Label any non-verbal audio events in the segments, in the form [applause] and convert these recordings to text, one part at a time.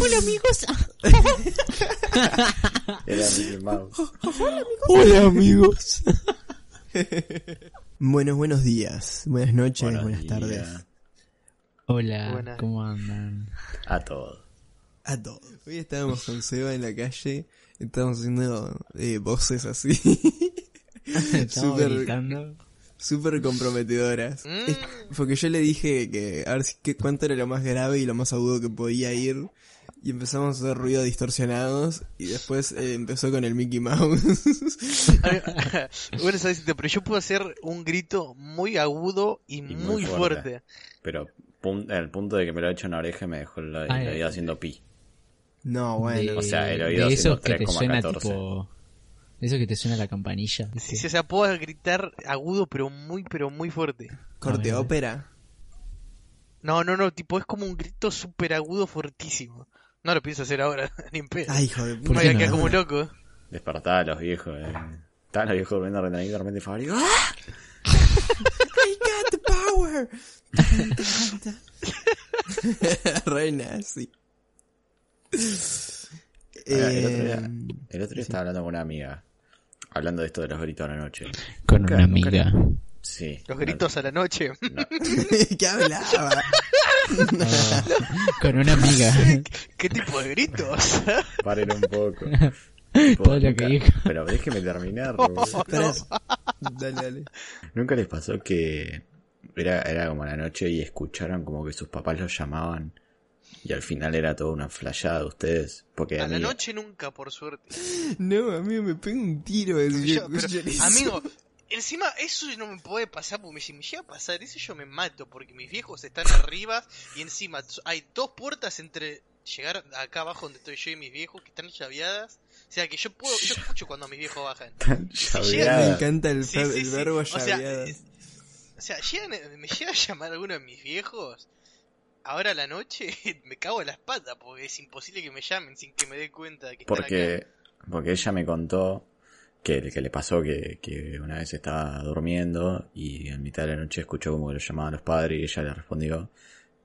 Hola amigos. Era Mickey Mouse. Hola amigos. [laughs] buenos, buenos días, buenas noches, Buenos buenas días tardes. Hola, Buenas. ¿cómo andan? A todos. A todos. Hoy estábamos con Seba en la calle, estábamos haciendo eh, voces así, [laughs] Estamos Súper- gritando. súper comprometedoras. Es porque yo le dije que a ver si- que cuánto era lo más grave y lo más agudo que podía ir. Y empezamos a hacer ruidos distorsionados y después eh, empezó con el Mickey Mouse. [laughs] bueno, sabes, pero yo puedo hacer un grito muy agudo y, muy muy fuerte. fuerte. Pero pun- el punto de que me lo he hecho en la oreja me dejó el, el Ay. oído haciendo pi. no, bueno. de, o sea, el oído de haciendo esos que te 3,14. suena tipo... De esos que te suena la campanilla. Sí, sí, o sea, puedo gritar agudo, pero muy, pero muy fuerte. [laughs] Corte A ver. ópera. No, no, no, tipo, es como un grito súper agudo, fuertísimo. No lo pienso hacer ahora, [laughs] ni en pedo. Ay, hijo de Me puta. voy a qué quedar no? como loco. Despertaba a los viejos. eh. Estaban los viejos durmiendo rendidos y de repente Fabio. ¡ah! I got the power. [laughs] Reina, sí. Ah, Ahora, el otro día, Eh, el otro día estaba hablando con una amiga. Hablando de esto de los gritos a la noche. Con Nunca- una nunca- amiga. Oh, Sí. Los gritos a la noche. Eh, [laughs] [laughs] ¿Qué hablaba? Oh, [laughs] con una amiga. ¿Qué tipo de gritos? No, paren un [laughs] poco. Todo lo que dijo. Pero déjeme [laughs] terminar. boludo. Pará. Dale, dale. ¿Nunca les pasó que era, era como la noche y escucharon como que sus papás los llamaban y al final era toda una flayada de ustedes? Porque [laughs] a la mí- [laughs] noche nunca, por suerte. No, amigo, me pego un tiro. de Yo- si yo pero, escucho eso. amigo, encima eso no me puede pasar porque si me llega a pasar eso yo me mato porque mis viejos están arriba y encima t- hay dos puertas entre llegar acá abajo donde estoy yo y mis viejos que están llaveadas. O sea que yo puedo, yo escucho cuando mis viejos bajan. tan Me llaveada. encanta el, Sí, ver- sí, el sí. verbo O sea, llaveada. es- O sea, llegan- eh, me llega a llamar alguno de mis viejos. Ahora a la noche [laughs] me cago en las patas porque es imposible que me llamen sin que me dé cuenta de que están acá. Porque, porque ella me contó que, que le pasó que, que una vez estaba durmiendo y en mitad de la noche escuchó como que lo llamaban los padres y ella le respondió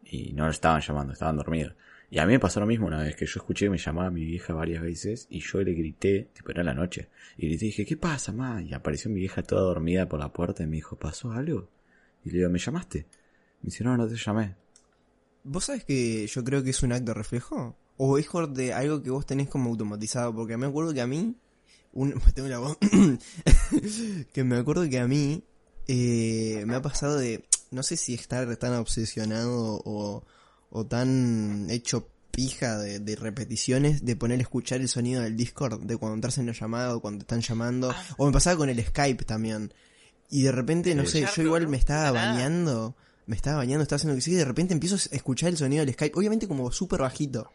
y no lo estaban llamando, estaban dormidos. Y a mí me pasó lo mismo una vez que yo escuché que me llamaba mi vieja varias veces y yo le grité, tipo era la noche, y le dije, ¿qué pasa, ma? Y apareció mi vieja toda dormida por la puerta y me dijo, ¿pasó algo? Y le digo, ¿me llamaste? Me dice, no, no te llamé. ¿Vos sabés que yo creo que es un acto reflejo? ¿O es por de algo que vos tenés como automatizado? Porque me acuerdo que a mí... Un, [laughs] tengo la voz... [coughs] que me acuerdo que a mí eh, me ha pasado de... No sé si estar tan obsesionado o, o tan hecho pija de, de repeticiones de poner a escuchar el sonido del Discord, de cuando entras en la llamada o cuando te están llamando. O me pasaba con el Skype también. Y de repente, no sé, yo Escucharlo, igual ¿no? me estaba De la nada. bañando, me estaba bañando, estaba haciendo que sí, y de repente empiezo a escuchar el sonido del Skype, obviamente como súper bajito.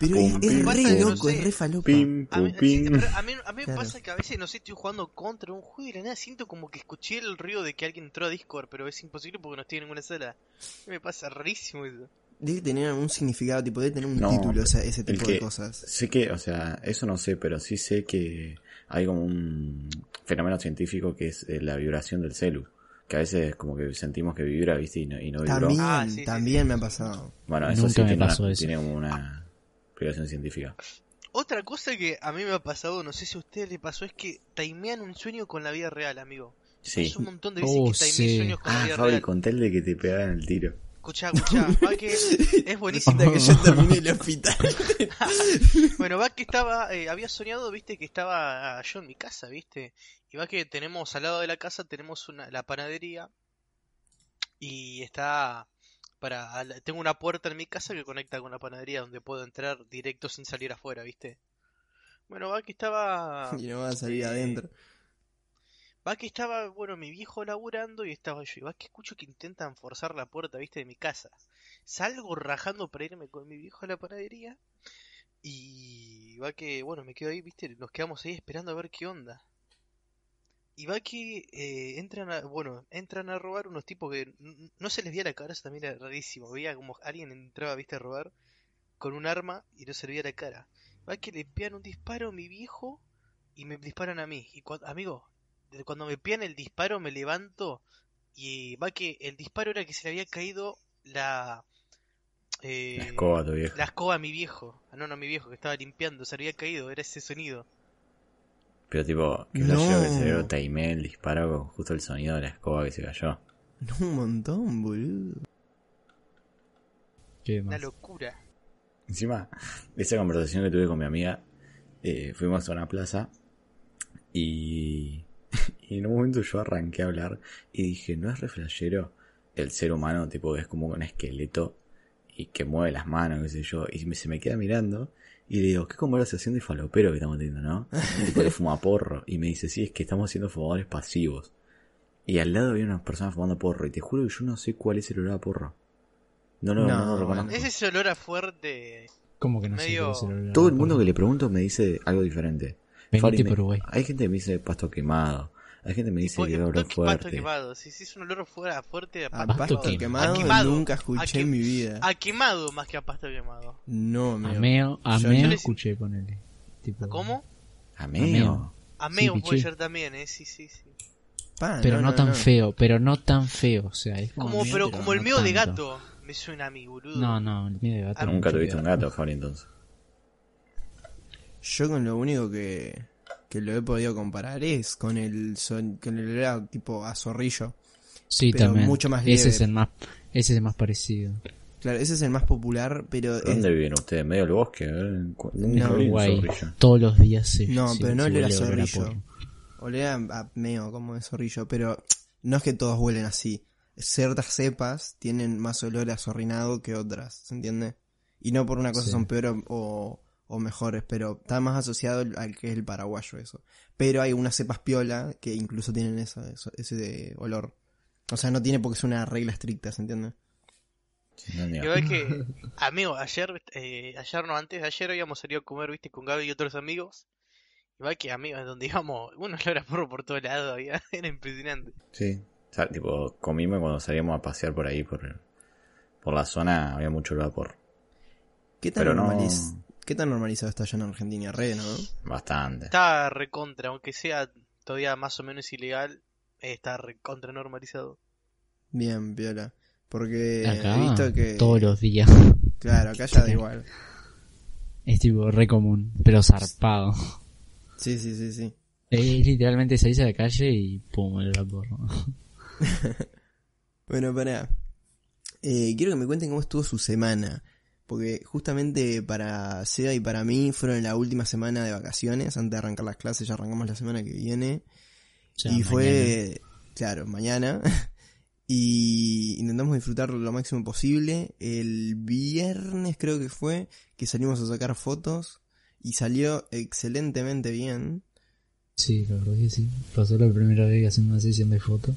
Pero es, Pum, es pim, re pum. loco, es Sí. re falopa. Pim, A mí, pum, sí, pim. pero a mí- a mí me Claro. pasa que a veces, no sé, estoy jugando contra un juego y de la nada siento como que escuché el ruido de que alguien entró a Discord, pero es imposible porque no estoy en ninguna sala. Me pasa rarísimo eso. Debe tener algún significado, tipo, debe tener un No, título, o sea, ese el tipo que- de cosas. Sé que, o sea, eso no sé, pero sí sé que hay como un fenómeno científico que es eh, la vibración del celu. Que a veces como que sentimos que vibra, viste, y no, y no vibró. También, Ah, sí, sí, también sí, me ha sí. pasado. Bueno, eso Nunca sí me tiene, pasó una, eso. tiene como una explicación científica. Otra cosa que a mí me ha pasado, no sé si a ustedes les pasó, es que timean un sueño con la vida real, amigo. Sí. Es un montón de veces Oh, que timeé sí. sueños con la Ah, vida Fabi, real. con tal de que te pegaran el tiro. Escuchá, [laughs] escuchá, va que es buenísimo. [laughs] [laughs] Hasta que yo terminé el hospital. [laughs] Bueno, va que estaba, eh, había soñado, viste, que estaba ah, yo en mi casa, viste. Y va que tenemos al lado de la casa, tenemos una, la panadería. Y está para, al- tengo una puerta en mi casa que conecta con la panadería donde puedo entrar directo sin salir afuera, viste. Bueno, va que estaba, [laughs] y no va a salir Eh, adentro. va que estaba, bueno, mi viejo laburando y estaba yo. Y va que escucho que intentan forzar la puerta, viste, de mi casa. Salgo rajando para irme con mi viejo a la panadería. Y va que, bueno, me quedo ahí, viste, nos quedamos ahí esperando a ver qué onda. Y va que eh, entran a, bueno, entran a robar unos tipos que n- no se les veía la cara, eso también era rarísimo. Veía como alguien entraba, viste, a robar con un arma y no se le veía la cara. Va que le pegan un disparo a mi viejo y me disparan a mí. Y cuando, amigo, de- cuando me pegan el disparo me levanto y va que el disparo era que se le había caído la... eh, La escoba, tu viejo. la escoba a mi viejo. Ah, no, no, a mi viejo que estaba limpiando, se había caído, era ese sonido. Pero tipo, que No. flasheo que el cerebro taimé el disparo con justo el sonido de la escoba que se cayó. No, un montón, boludo. ¿Qué Una más? locura. Encima, esa conversación que tuve con mi amiga, eh, fuimos a una plaza y, [laughs] y en un momento yo arranqué a hablar y dije, ¿no es reflejero el ser humano? Tipo, es como un esqueleto y que mueve las manos, qué sé yo. Y me- se me queda mirando y le digo, ¿qué conversación de falopero que estamos teniendo, no? Tipo, de fumaporro. Y me dice, sí, es que estamos siendo fumadores pasivos. Y al lado había una persona fumando porro y te juro que yo no sé cuál es el olor a porro. No, lo- no, No, lo reconozco. Es ese olor a fuerte. ¿Cómo que no sé Medio- qué es el olor a Todo el porro? mundo que le pregunto me dice algo diferente. Fabri Venite me- por Uruguay. Hay gente que me dice pasto quemado. Hay gente que me dice Tipo, que es un olor toque pasto fuerte. quemado. Si, si es un olor fuera fuerte a A pasto, Pasto pasto quemado. quemado, A quemado. nunca A escuché que- Ah. en mi vida. a quemado más que a pasto quemado. No, amigo. Ameo, Yo- ameo yo les- escuché ponele. Tipo, ¿Cómo? Ameo. A meo piché. puede ser también, eh, sí, sí, sí. Pa, Pero no, tan no. feo, pero no tan feo, o sea, es como, Como, meo, pero como el no meo de tanto. gato me suena a mí, boludo. No, no, el meo de gato. Ah, no Nunca mucho tuviste que un ver. gato, Fabri, entonces. Yo con lo único que, que lo he podido comparar es con el son, con el olor a, tipo a zorrillo. Sí, pero también. mucho más ese leve. es el más ese es el más parecido. Claro, ese es el más popular, pero es- ¿Dónde viven ustedes? ¿Medio del bosque? ¿Eh? ¿Cu- ¿Dónde No, viven, Uruguay zorrillo? todos los días se no, se- pero no se olor a huele olor a zorrillo. porro. Olor a, a meo, como de zorrillo, pero no es que todos huelen así. Ciertas cepas tienen más olor a zorrinado que otras, ¿se entiende? Y no por una cosa Sí. son peores o, o mejores, pero está más asociado al- al que es el paraguayo eso. Pero hay unas cepas piola que incluso tienen eso, eso- ese de olor. O sea, no tiene porque es una regla estricta, ¿se entiende? Sí, no, ni- La verdad que, amigo, ayer, eh, ayer no antes, de ayer habíamos salido a comer, viste, con Gaby y otros amigos. Y va que, amigos, donde íbamos, uno olor a porro por todos lados, había, [laughs] era impresionante. Sí. O sea, tipo, comimos cuando salíamos a pasear por ahí, por, por la zona, había mucho olor a porro. ¿Qué tan, Pero no- normaliz- ¿Qué tan normalizado está ya en Argentina? Re, ¿no? Bastante. Está recontra, aunque sea todavía más o menos ilegal, eh, está recontra normalizado. [laughs] Bien, piola. Porque Eh, Acá, he visto que... todos [laughs] los días. Claro, acá ya da igual. Es tipo re común, pero zarpado. Sí, sí, sí, sí. Es literalmente salís a la calle y pum, el olor a porro. Bueno, pará. Eh, quiero que me cuenten cómo estuvo su semana. Porque justamente para Seba y para mí fueron la última semana de vacaciones antes de arrancar las clases. Ya arrancamos la semana que viene. O sea, y mañana. fue, claro, mañana. [laughs] y intentamos disfrutar lo máximo posible. El viernes creo que fue que salimos a sacar fotos y salió excelentemente bien. Sí, la verdad que sí. Pasó la primera vez que hacemos una sesión de fotos.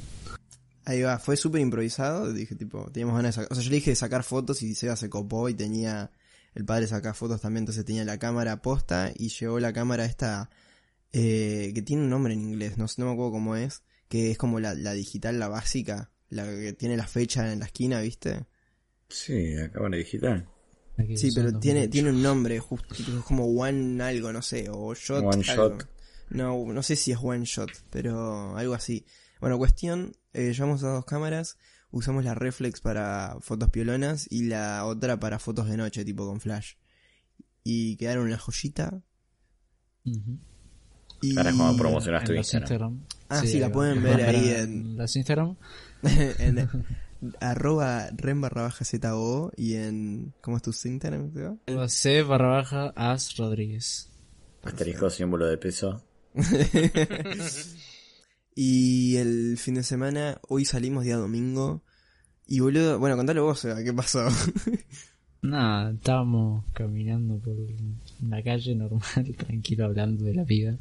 Ahí va, fue súper improvisado. Dije, tipo, teníamos ganas de sacar. O sea, yo le dije de sacar fotos y Seba se copó y tenía. El padre saca fotos también, entonces tenía la cámara posta y llegó la cámara esta. eh, que tiene un nombre en inglés, no, sé- no me acuerdo cómo es. Que es como la, la digital, la básica. La que tiene la fecha en la esquina, ¿viste? Sí, acaban de digital. Sí, pero tiene, tiene un nombre, justo, es como One algo, no sé, o Shot. One algo. Shot. No, no sé si es One Shot, pero algo así. Bueno, cuestión, eh, llevamos a dos cámaras, usamos la reflex para fotos piolonas y la otra para fotos de noche, tipo con flash. Y quedaron una joyita. Ujú. Y... Ahora es cuando promocionas tu En los Instagram. Instagram. Ah, sí, la acá. pueden ver Para ahí en- Los Instagram. [laughs] en arroba rem barra baja ZO y en... ¿Cómo es tu Instagram? Seba? C barra baja As Rodríguez. Asterisco, símbolo de peso. [laughs] Y el fin de semana, hoy salimos día domingo. Y boludo, bueno, contalo vos, Seba, ¿qué [laughs] pasó? Nada, estábamos caminando por la calle normal, [laughs] tranquilo, hablando de la vida,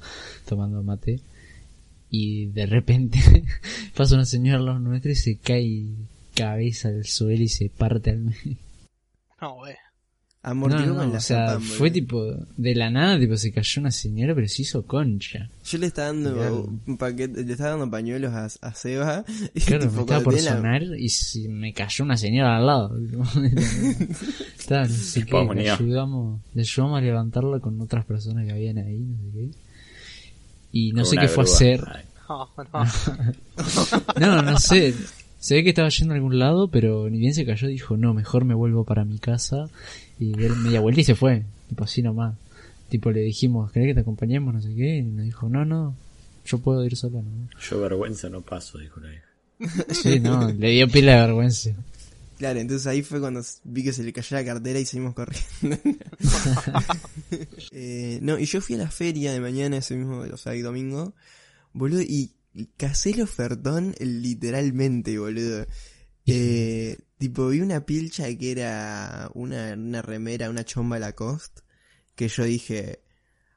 tomando mate. Y de repente [laughs] pasa una señora a los nuestros y se cae cabeza al suelo y se parte al medio. No, güey. Amortiguó no, no, con la o sea, sopa, fue boludo. tipo, de la nada, tipo, se cayó una señora, pero se hizo concha. Yo le estaba dando Mirá. un paquete, le estaba dando pañuelos a, a Seba [laughs] y Claro, tipo, me estaba por tiene la- sonar y se me cayó una señora al lado. Estaba, no sé qué, Vamos, le niña. ayudamos, le ayudamos a levantarla con otras personas que habían ahí, no sé qué. Y no Con sé una qué fue a grúa. [laughs] hacer. Ay, No, no. No, no sé. Se ve que estaba yendo a algún lado, pero ni bien se cayó, dijo, no, mejor me vuelvo para mi casa. Y dio media vuelta y se fue. Tipo así nomás. Tipo le dijimos, ¿querés que te acompañemos? No sé qué. Y nos dijo, no, no, yo puedo ir sola. [laughs] ¿no? Yo vergüenza no paso, dijo la vieja. Sí, no, le dio pila de vergüenza. Claro, entonces ahí fue cuando vi que se le cayó la cartera y seguimos corriendo. [laughs] Eh, no, y yo fui a la feria de mañana ese mismo, o sea, el domingo, boludo, y casé el ofertón literalmente, boludo. Eh, tipo, vi una pilcha que era una, una remera, una chomba Lacoste, que yo dije,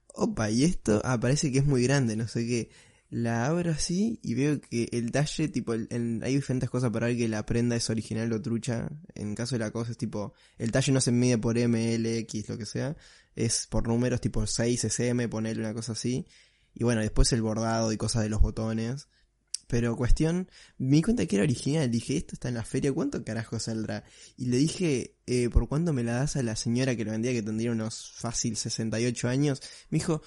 opa, y esto, ah, parece que es muy grande, no sé qué. La abro así y veo que el talle, tipo, el- el- hay diferentes cosas para ver que la prenda es original o trucha. En caso de la cosa es tipo, el talle no se mide por M, L, X, lo que sea. Es por números tipo 6, SM, ponerle una cosa así. Y bueno, después el bordado y cosas de los botones. Pero cuestión, me di cuenta que era original. Dije, esto está en la feria, ¿cuánto carajo saldrá? Y le dije, eh, ¿por cuánto me la das a la señora que lo vendía que tendría unos fácil 68 años? Me dijo,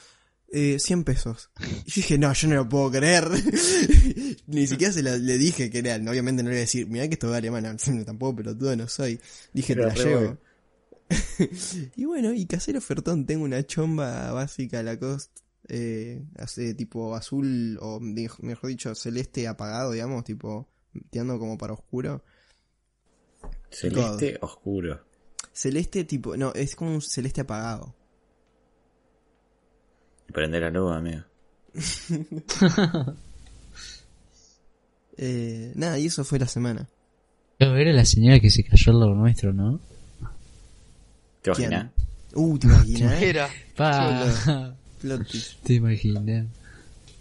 eh, 100 pesos. Y yo dije, no, yo no lo puedo creer. [laughs] Ni siquiera se la- le dije que era, obviamente no le iba a decir, mirá que esto vale, alemana. Tampoco pelotudo no [laughs] soy. Dije, te Era la re llevo. bueno. [laughs] y bueno, y casero ofertón, tengo una chomba básica Lacoste, eh, hace tipo azul, o de- mejor dicho, celeste apagado, digamos, tipo, tirando como para oscuro. Celeste oscuro. Celeste tipo, no, es como un celeste apagado. Y prende la luz, amigo. Eh, nada, y eso fue la semana. Claro, Era la señora que se cayó al lado nuestro, ¿no? ¿Te ¿Quién? imaginas? Uh, ¿te imaginas? [laughs] Era. Pa, Plot twist. [laughs] te imaginas.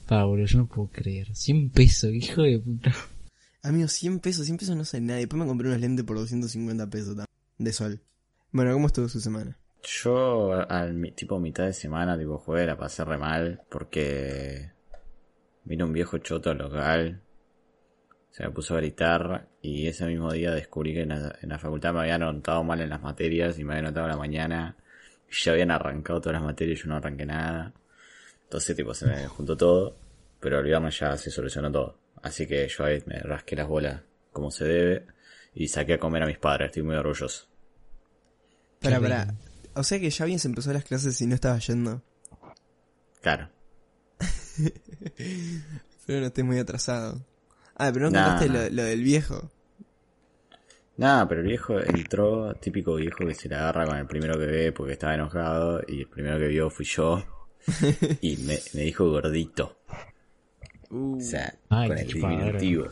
Pa, boludo, yo no puedo creer. 100 pesos, hijo de puta. Amigo, 100 pesos, 100 pesos no sé nada. Después me compré unos lentes por 250 pesos tam- de sol. Bueno, ¿cómo estuvo su semana? Yo, a- al mi- tipo mitad de semana, tipo jueves, la pasé re mal porque vino un viejo choto al local, se me puso a gritar y ese mismo día descubrí que en la, en la facultad me había anotado mal en las materias y me había anotado en la mañana y ya habían arrancado todas las materias y yo no arranqué nada. Entonces, tipo, se me juntó todo, pero el viernes ya se solucionó todo. Así que yo ahí me rasqué las bolas como se debe y saqué a comer a mis padres, estoy muy orgulloso. Para, Qué para. lindo. O sea que ya bien se empezó las clases y no estaba yendo. Claro. Pero no estés muy atrasado. Ah, pero no Nah. contaste lo, lo del viejo. Nada, pero el viejo entró, típico viejo que se la agarra con el primero que ve porque estaba enojado y el primero que vio fui [laughs] yo y me, me dijo gordito. Uh, O sea, Ay, con qué el chupadora. diminutivo.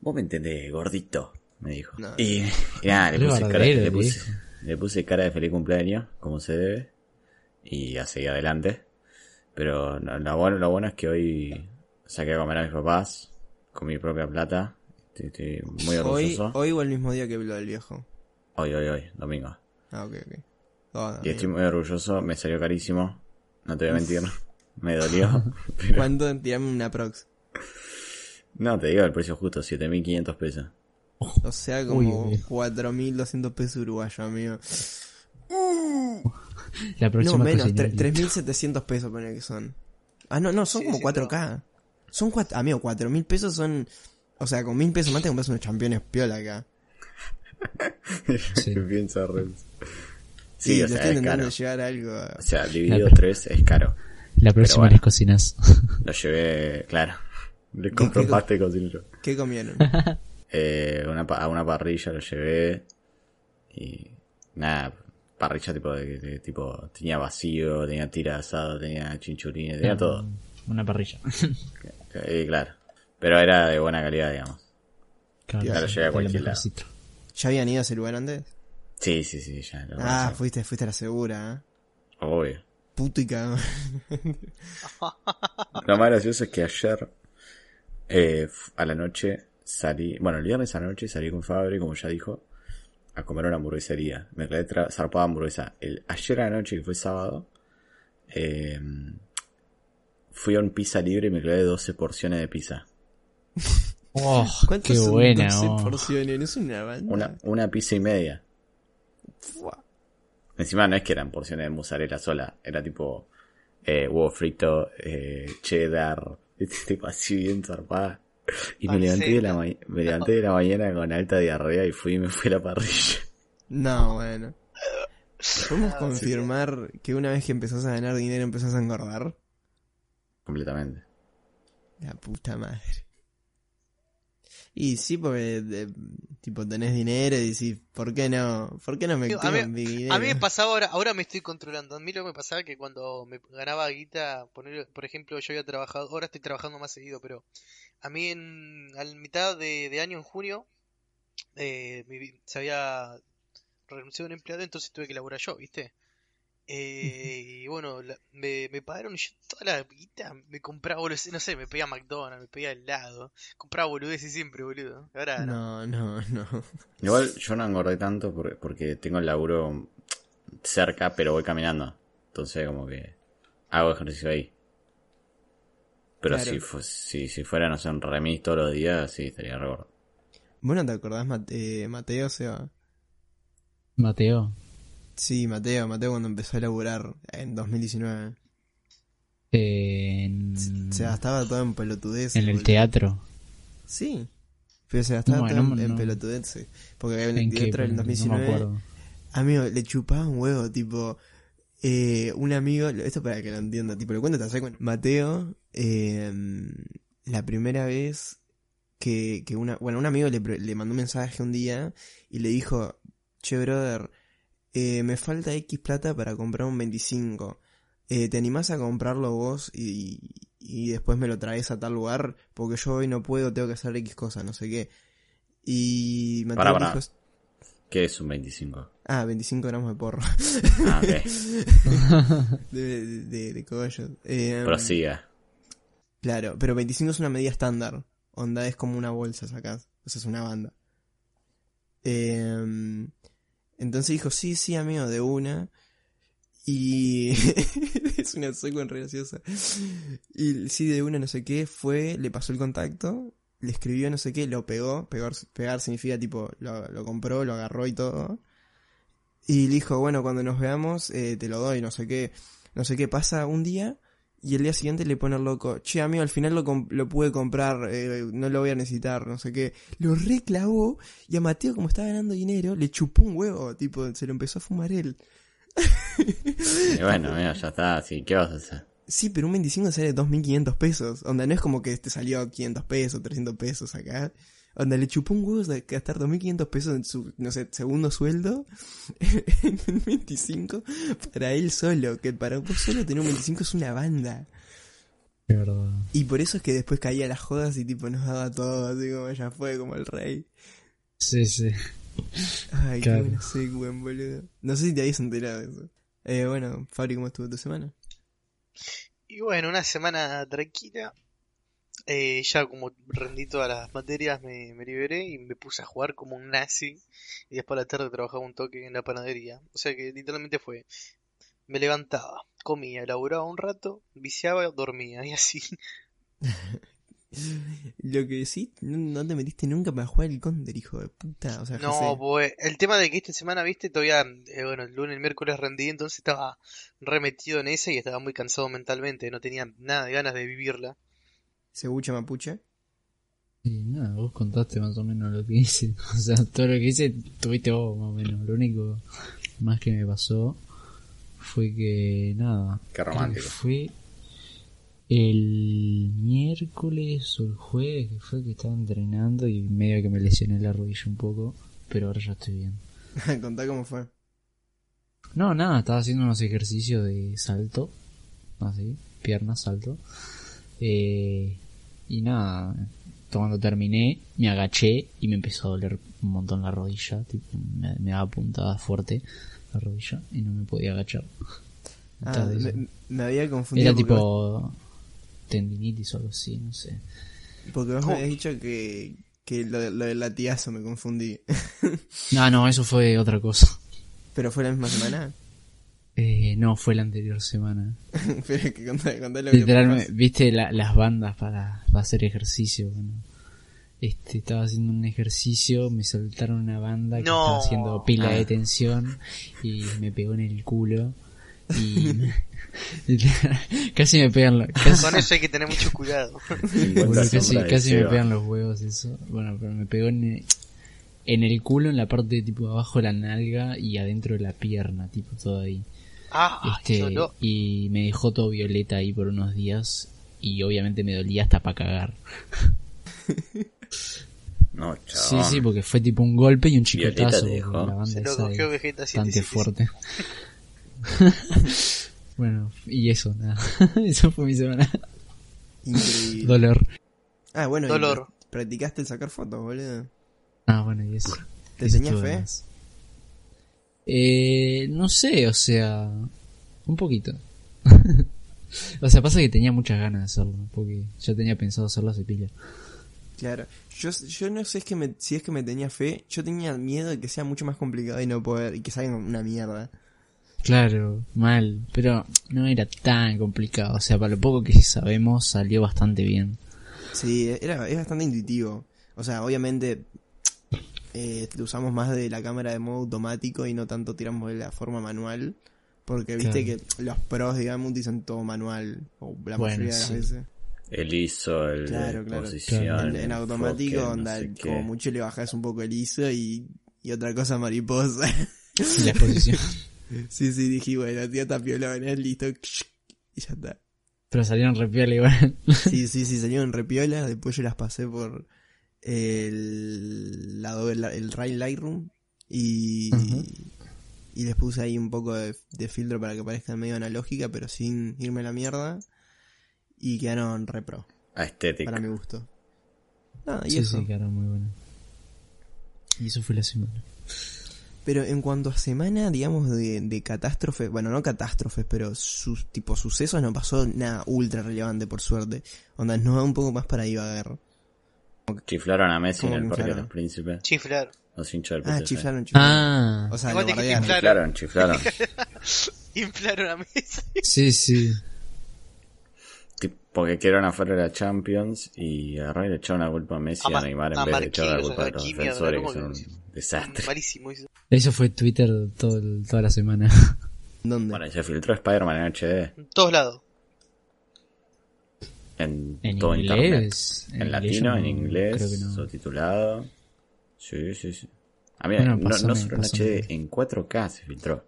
Vos me entendés, gordito, me dijo. No. Y, y nada, le Qué puse, cara, bardero le el puse- viejo. le puse cara de feliz cumpleaños, como se debe, y a seguir adelante. Pero no, lo, bueno, lo bueno es que hoy saqué a comer a mis papás con mi propia plata. Estoy, estoy muy hoy, orgulloso. hoy o el mismo día que lo del viejo. hoy, hoy, hoy domingo. Ah, ok, ok. Ah, Y bien. estoy muy orgulloso, me salió carísimo, no te voy a mentir, [laughs] me dolió. pero- ¿Cuánto? Tirame una prox. No, te digo el precio justo, 7.500 pesos. O sea, como Uy, uy. 4.200 pesos uruguayos, amigo. La No, próxima menos, cocinera. tre- 3.700 pesos poner que son. Ah, no, no, son Sí, como sí, 4K. Son cuatro, amigo, 4.000 pesos son... O sea, con 1.000 pesos más te compras unos campeones piola acá. [laughs] Sí. Piensa y Sí, o lo sea, estoy es intentando caro. llegar a algo... a- O sea, dividido La- 3 es caro. La próxima bueno. [laughs] les cocinas. Lo llevé, claro. Le compro [laughs] qué- pasta y cocinero. ¿Qué [laughs] comieron? Eh, una, pa- a una parrilla lo llevé. Y nada, parrilla tipo, de, de- tipo tenía vacío, tenía tira de asado, tenía chinchulines, Mm. tenía todo. Una parrilla. Eh, claro. Pero era de buena calidad, digamos. Claro, Claro, sí, llega a de lo cualquier lado. mejorcito. ¿Ya habían ido a ese lugar antes? Sí, sí, sí, ya. Lo Ah, conocemos. fuiste, fuiste a la segura, ¿eh? Obvio. Puto y [laughs] cagón. Lo más gracioso es que ayer eh, f- a la noche salí, bueno, el viernes a la noche salí con Fabri, como ya dijo, a comer a una hamburguesería. Me quedé tra- zarpada hamburguesa. El, ayer a la noche, que fue sábado, eh, fui a un pizza libre y me quedé 12 porciones de pizza. Oh, qué son buena. 12 oh. porciones? Es una banda. Una, una pizza y media. Fua. Encima no es que eran porciones de mozzarella sola, era tipo eh, huevo frito, eh, cheddar, [laughs] tipo así bien zarpada. Y me levanté, de la ma- me levanté de la mañana con alta diarrea y fui y me fui a la parrilla. [laughs] No, bueno. Ah, ¿Podemos confirmar que una vez que empezás a ganar dinero empezás a engordar? Completamente. La puta madre. Y sí, porque de- tipo tenés dinero y decís, ¿por qué no? ¿Por qué no me Digo, a tengo mi mí- dinero? A mí me pasaba ahora, ahora me estoy controlando. A mí lo que me pasaba que cuando me ganaba guita, poner, por ejemplo, yo había trabajado, ahora estoy trabajando más seguido, pero a mí en al mitad de, de año, en junio, eh, mi vi- se había renunciado un empleado, entonces tuve que laburar yo, ¿viste? Eh, y bueno, la- me, me pagaron y yo toda la guita, me compraba boludeces, no sé, me pedía McDonald's, me pedía helado, compraba boludeces siempre, boludo. Ahora no. No, no, no. Igual yo no engordé tanto por- porque tengo el laburo cerca, pero voy caminando. Entonces como que hago ejercicio ahí. Pero Claro. si, fu- si, si fuera, no sé, un remis todos los días, sí, estaría re gordo. ¿Vos no te acordás, Mate- eh, Mateo, Seba? Mateo. Sí, Mateo, Mateo cuando empezó a laburar en 2019. En, Se gastaba todo en pelotudeces. Mm. en el boludo. teatro. Sí. Pero se gastaba No, todo no, en, en no. pelotudeces. Porque en ¿En el qué? teatro del No me 2019 acuerdo. Amigo, le chupaba un huevo, tipo. eh, un amigo, esto para que lo entienda, tipo, lo cuento te saco. Mateo, eh, la primera vez que, que una. Bueno, un amigo le, pre- le mandó un mensaje un día y le dijo: Che, brother, eh, me falta X plata para comprar un 25. Eh, ¿Te animás a comprarlo vos y, y después me lo traes a tal lugar? Porque yo hoy no puedo, tengo que hacer X cosas, no sé qué. Y Mateo Pará, pará. dijo: ¿Qué es un 25? Ah, 25 gramos de porro. [laughs] Ah, ok. de, [laughs] de, de, de cogollos. Eh, Prosiga. Claro, pero 25 es una medida estándar. Onda es como una bolsa, sacás. O sea, es una banda. Eh, entonces dijo, sí, sí, amigo, de una. Y [laughs] es una secuencia graciosa. Y sí, de una, no sé qué, fue, le pasó el contacto, le escribió, no sé qué, lo pegó. Pegar, pegar significa tipo, lo, lo compró, lo agarró y todo. Y le dijo, bueno, cuando nos veamos, eh, te lo doy, no sé qué. No sé qué pasa un día y el día siguiente le pone al loco, che amigo, al final lo, com- lo pude comprar, eh, no lo voy a necesitar, no sé qué. Lo reclavó y a Mateo, como estaba ganando dinero, le chupó un huevo, tipo, se lo empezó a fumar él. Y bueno, mira, ya está. Así, ¿Qué vas a hacer? Sí, pero un 25 sale 2.500 pesos. Onda, no es como que te salió 500 pesos, 300 pesos acá. Onda, le chupó un huevo de gastar 2.500 pesos en su, no sé, segundo sueldo [laughs] en un 25 para él solo. Que para vos solo tener un 25 es una banda. [laughs] De verdad. Y por eso es que después caía las jodas y tipo nos daba todo, así como ya fue, como el rey. Sí, sí. Ay, Claro. qué buena seguen, boludo. No sé si te habías enterado de eso. Eh, bueno, Fabri, ¿cómo estuvo tu semana? Y bueno, una semana tranquila. Eh, ya como rendí todas las materias me, me liberé y me puse a jugar como un nazi. Y después a la tarde trabajaba un toque en la panadería. O sea que literalmente fue... Me levantaba, comía, laburaba un rato, viciaba, dormía y así. Lo que sí, no, no te metiste nunca para jugar el Counter, hijo de puta. O sea, No, José. pues el tema de que esta semana, viste, todavía, eh, bueno, el lunes, el miércoles rendí, entonces estaba remetido en esa y estaba muy cansado mentalmente, no tenía nada de ganas de vivirla. Segucha mapuche. [laughs] Y nada, vos contaste más o menos lo que hice. [laughs] O sea, todo lo que hice tuviste vos, más o menos. Lo único más que me pasó fue que, nada. Qué creo que [laughs] romántico. Fue el miércoles o el jueves que fue que estaba entrenando y medio que me lesioné la rodilla un poco. Pero ahora ya estoy bien. Contá cómo fue. No, nada, estaba haciendo unos ejercicios de salto, así, piernas, salto. Eh, y nada, cuando terminé, me agaché y me empezó a doler un montón la rodilla, tipo, me, me daba puntada fuerte la rodilla y no me podía agachar. Ah, Entonces, me, me había confundido. era porque tipo tendinitis o algo así, no sé. vos- Porque vos me habías dicho que, Que lo, de- lo del latigazo me confundí. [laughs] No, no, eso fue otra cosa. ¿Pero fue la misma semana? [laughs] Eh, no, fue la anterior semana. Pero es que contá, contá lo que Literalmente, pasó. viste la- las bandas para, para hacer ejercicio. Bueno. Este, estaba haciendo un ejercicio, me soltaron una banda que No. estaba haciendo pila Ah. de tensión y me pegó en el culo. Y [laughs] casi me pegan los, casi, Con eso hay que tener mucho cuidado. [laughs] 50 boludo, casi, sombras de casi me Seba. pegan los huevos eso. Bueno, pero me pegó en, en el culo, en la parte tipo abajo de la nalga y adentro de la pierna, tipo todo ahí. Ah, qué Este, dolor. y me dejó todo violeta ahí por unos días. Y obviamente me dolía hasta para cagar. No, Sí, chabón. sí, porque fue tipo un golpe y un Violeta chicotazo. te dejó. porque la banda Se lo esa cogió es Vegeta bastante 777. fuerte. [laughs] bueno, y eso, nada. [laughs] eso fue mi semana. Increíble. [laughs] Dolor. Ah, bueno. y Dolor. pra- Practicaste el sacar fotos, boludo. Ah, bueno, y eso. ¿Te Eso tenías estuvo fe? de más. Eh, no sé, o sea, un poquito. [laughs] o sea, pasa que tenía muchas ganas de hacerlo, porque ya tenía pensado hacerlo hace pila. Claro. Yo, yo no sé es que me- si es que me tenía fe. Yo tenía miedo de que sea mucho más complicado y no poder. Y que salga una mierda. Claro, mal, pero no era tan complicado, o sea, para lo poco que sabemos salió bastante bien. Sí, era, es bastante intuitivo. O sea, obviamente eh, lo usamos más de la cámara de modo automático y no tanto tiramos de la forma manual. Porque viste Claro. que los pros, digamos, utilizan todo manual. O la Bueno, mayoría de las sí. veces. El ISO, el Claro, claro, claro. posición. Claro. En, en el automático, enfoque, no onda, sé qué. como mucho le bajas un poco el ISO y, y otra cosa mariposa. La [laughs] exposición. sí, sí, dije, bueno, tío, está piola, ¿no? listo. [laughs] Y ya está. pero salieron re piola igual. Sí, sí, sí, salieron repiolas. Después yo las pasé por el, la, Adobe- la- el Ray Lightroom y, Ujú. y les puse ahí un poco de, de filtro para que parezca medio analógica, pero sin irme a la mierda. Y quedaron repro, A este, estética. para mi gusto. Ah, y sí, eso. sí, quedaron muy bueno. Y eso fue la semana. Pero en cuanto a semana, digamos, de, de catástrofes, bueno, no catástrofes, pero sus tipo sucesos, no pasó nada ultra relevante, por suerte. Onda, nos va un poco más para divagar. Chiflaron a Messi en ¿Cómo el Parque de chiflaron? los Príncipes. Chiflar. Los hinchas del Ah, PSG. chiflaron, chiflaron. Ah, O sea, Igual lo te dijiste bardearon. inflar. Chiflaron, chiflaron. Inflaron a Messi. sí, sí. Tip- Porque quedaron afuera de la Champions y agarraron y le echaron la culpa a Messi y A a Ma- Neymar en a vez de echar la Marquinhos, culpa a a los Raquinha, defensores que ¿cómo son que- un desastre. [laughs] Malísimo eso. Eso fue Twitter todo, el- toda la semana. ¿Dónde? Bueno, y se filtró Spider-Man en HD En todos lados. en, [laughs] En todo internet. inglés. En, inglés latino, yo en no- inglés, Creo que no. subtitulado. Sí, sí, sí. A mí, Bueno, no, no pásame, solo en pásame. HD, en 4K se filtró.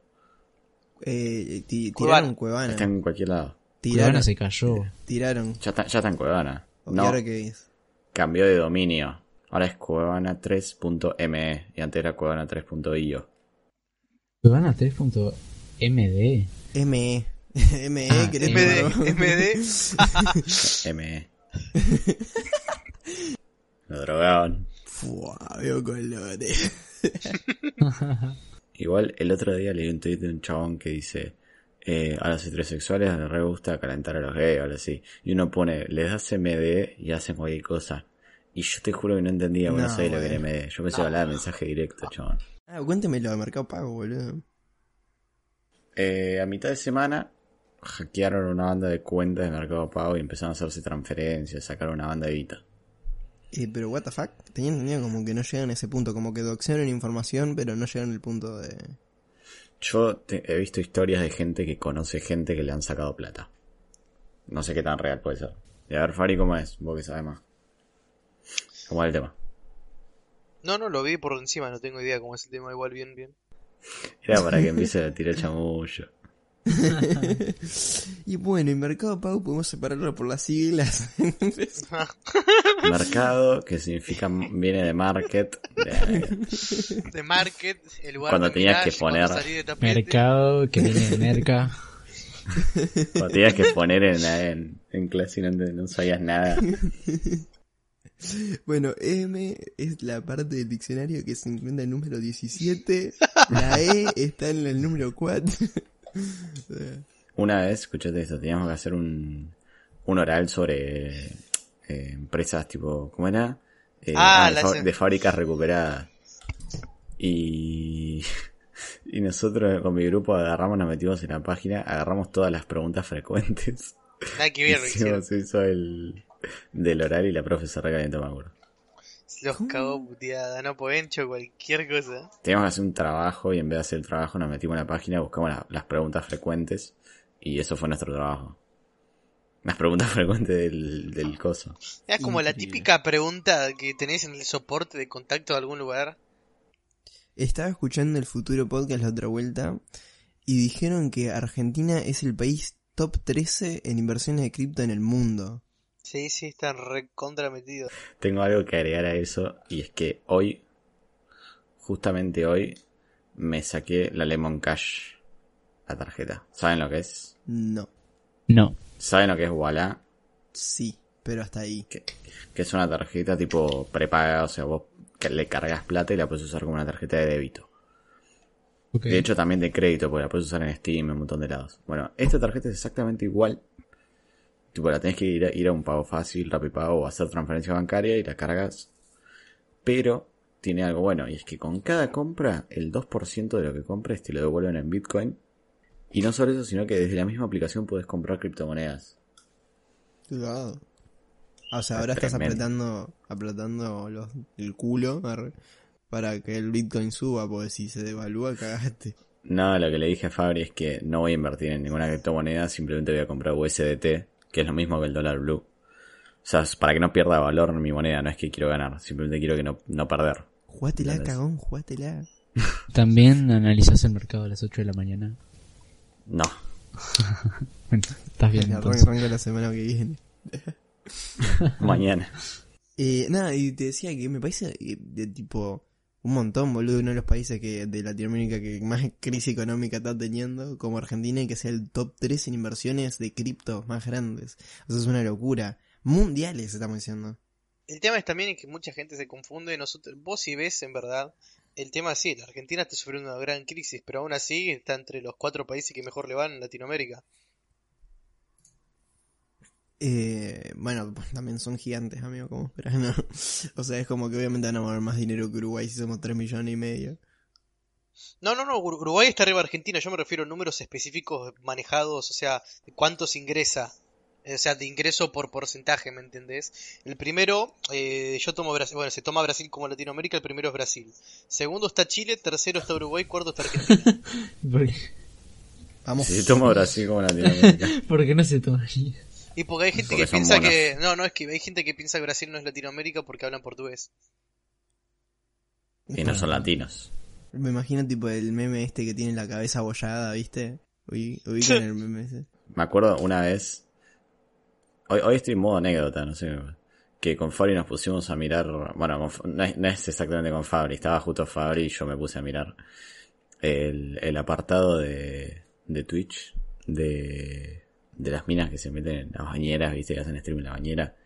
Eh, ti- Cuevana. tiraron Cuevana. Está en cualquier lado. Cuevana Tiraron, se cayó. tiraron. Ya está, ya está en Cuevana. ¿Y No, ahora qué es? cambió de dominio. Ahora es cuevana3.me E, y antes era cuevana3.io. Cuevana 3.md. [laughs] ME. ME, Ah, E. querés MD, probar? MD. ME. [laughs] Lo drogaban. Fua, veo colores. Igual el otro día leí un tweet de un chabón que dice eh, a los heterosexuales les re gusta calentar a los gays o algo así. Y uno pone, les das MD y hacen cualquier cosa. Y yo te juro que no entendía, bueno, No, no sabía lo que era bueno. MD. Yo pensé que hablaba de mensaje directo, chabón. Ah, cuéntemelo de Mercado Pago, boludo. Eh, a mitad de semana hackearon una banda de cuentas de Mercado Pago y empezaron a hacerse transferencias, sacaron una banda de guita. Eh, pero what the fuck, tenía entendido como que no llegan a ese punto, como que doxearon información, pero no llegaron al punto de... Yo te- he visto historias de gente que conoce gente que le han sacado plata. No sé qué tan real puede ser. Y a ver, Fari, ¿cómo es? Vos que sabes más. ¿Cómo es el tema? No, no, lo vi por encima, no tengo idea cómo es el tema, igual bien, bien. [laughs] Era para que empiece a tirar chamullo. Y bueno, en Mercado Pago podemos separarlo por las siglas. [laughs] Mercado, que significa, viene de market. de- De Market, el lugar Cuando de tenías Mirage, que poner- cuando salí de tapete. Mercado, que viene de merca. lo tenías que poner en, en, en clase y no, ent- no sabías nada. bueno, M es la parte del diccionario que se encuentra en el número 17, la E está en el número 4. O sea, Una vez, escuchate esto, teníamos que hacer un, un oral sobre eh, empresas tipo, ¿cómo era? eh, Ah, la de, fa- sé. de fábricas recuperadas. Y, [laughs] y nosotros con mi grupo agarramos, nos metimos en la página, agarramos todas las preguntas frecuentes. Nada que ver, lo [laughs] hicieron. Hicimos eso el, del oral y la profe se recalentó, me acuerdo. Los cagó puteada, no Poencho, cualquier cosa. Teníamos que hacer un trabajo y en vez de hacer el trabajo nos metimos en la página, buscamos la- las preguntas frecuentes y eso fue nuestro trabajo. Las preguntas [laughs] frecuentes del, del coso. Era como la Increíble. típica pregunta que tenés en el soporte de contacto de algún lugar. [laughs] Estaba escuchando el futuro podcast la otra vuelta y dijeron que Argentina es el país top 13 en inversiones de cripto en el mundo. Sí, sí, están recontra metidos. Tengo algo que agregar a eso y es que hoy, justamente hoy, me saqué la Lemon Cash, la tarjeta. ¿Saben lo que es? No, [laughs] No. ¿Saben lo que es Walla? sí, pero hasta ahí. Que, que es una tarjeta tipo prepaga, o sea, vos que le cargas plata y la puedes usar como una tarjeta de débito. Ok. De hecho, también de crédito, porque la puedes usar en Steam, en un montón de lados. Bueno, esta tarjeta es exactamente igual. Tipo, la tenés que ir a, ir a un pago fácil, Rappi Pago, o hacer transferencia bancaria y la cargas. Pero tiene algo bueno, y es que con cada compra, el 2% de lo que compres te lo devuelven en Bitcoin. Y no solo eso, sino que desde la misma aplicación puedes comprar criptomonedas. Cuidado. Ah, O sea, ahora Es estás tremendo. apretando, apretando los- el culo arre, para que el Bitcoin suba, porque si se devalúa, cagaste. Nada, lo que le dije a Fabri es que no voy a invertir en ninguna criptomoneda, simplemente voy a comprar USDT, que es lo mismo que el dólar blue. O sea, es para que no pierda valor mi moneda, no es que quiero ganar, simplemente quiero que no, no perder. Jugátela, Claro, es- cagón, jugátela. También analizás el mercado a las 8 de la mañana. No. [laughs] Bueno, estás bien. La entonces. arranca la semana que viene. Mañana. Eh, nada, y te decía que me parece eh, de tipo un montón, boludo, uno de los países que de Latinoamérica que más crisis económica está teniendo, como Argentina, y que sea el top 3 en inversiones de criptos más grandes. Eso es una locura. Mundiales, estamos diciendo. El tema es también que mucha gente se confunde. Nosotros, vos si ves, en verdad, el tema sí, la Argentina está sufriendo una gran crisis, pero aún así está entre los cuatro países que mejor le van en Latinoamérica. Eh, bueno, [laughs] pues también son gigantes, amigo, como esperas, ¿no? [laughs] O sea, es como que obviamente van a mover más dinero que Uruguay si somos 3 millones y medio. No, no, no, Ur- Uruguay está arriba de Argentina, yo me refiero a números específicos manejados, o sea, de cuántos ingresa, eh, o sea, de ingreso por porcentaje, ¿me entendés? El primero, eh, yo tomo Brasil, bueno, se toma Brasil como Latinoamérica, el primero es Brasil. Segundo está Chile, tercero está Uruguay, cuarto está Argentina. [laughs] ¿Por qué, Vamos. Si tomo Brasil como Latinoamérica. por qué no se toma allí? Y porque hay gente Porque que son piensa que, no, no, es que hay gente que piensa que Brasil no es Latinoamérica porque hablan portugués. Y no son latinos. Me imagino tipo el meme este que tiene la cabeza abollada, ¿viste? Ubi- Ubican [laughs] el meme ese. Me acuerdo una vez. Hoy, hoy estoy en modo anécdota, no sé. Que con Fabri nos pusimos a mirar. Bueno, con Fa- no, es, no es exactamente con Fabri, estaba justo Fabri y yo me puse a mirar el, el apartado de, de Twitch de, de las minas que se meten en las bañeras, viste, que hacen stream en la bañera.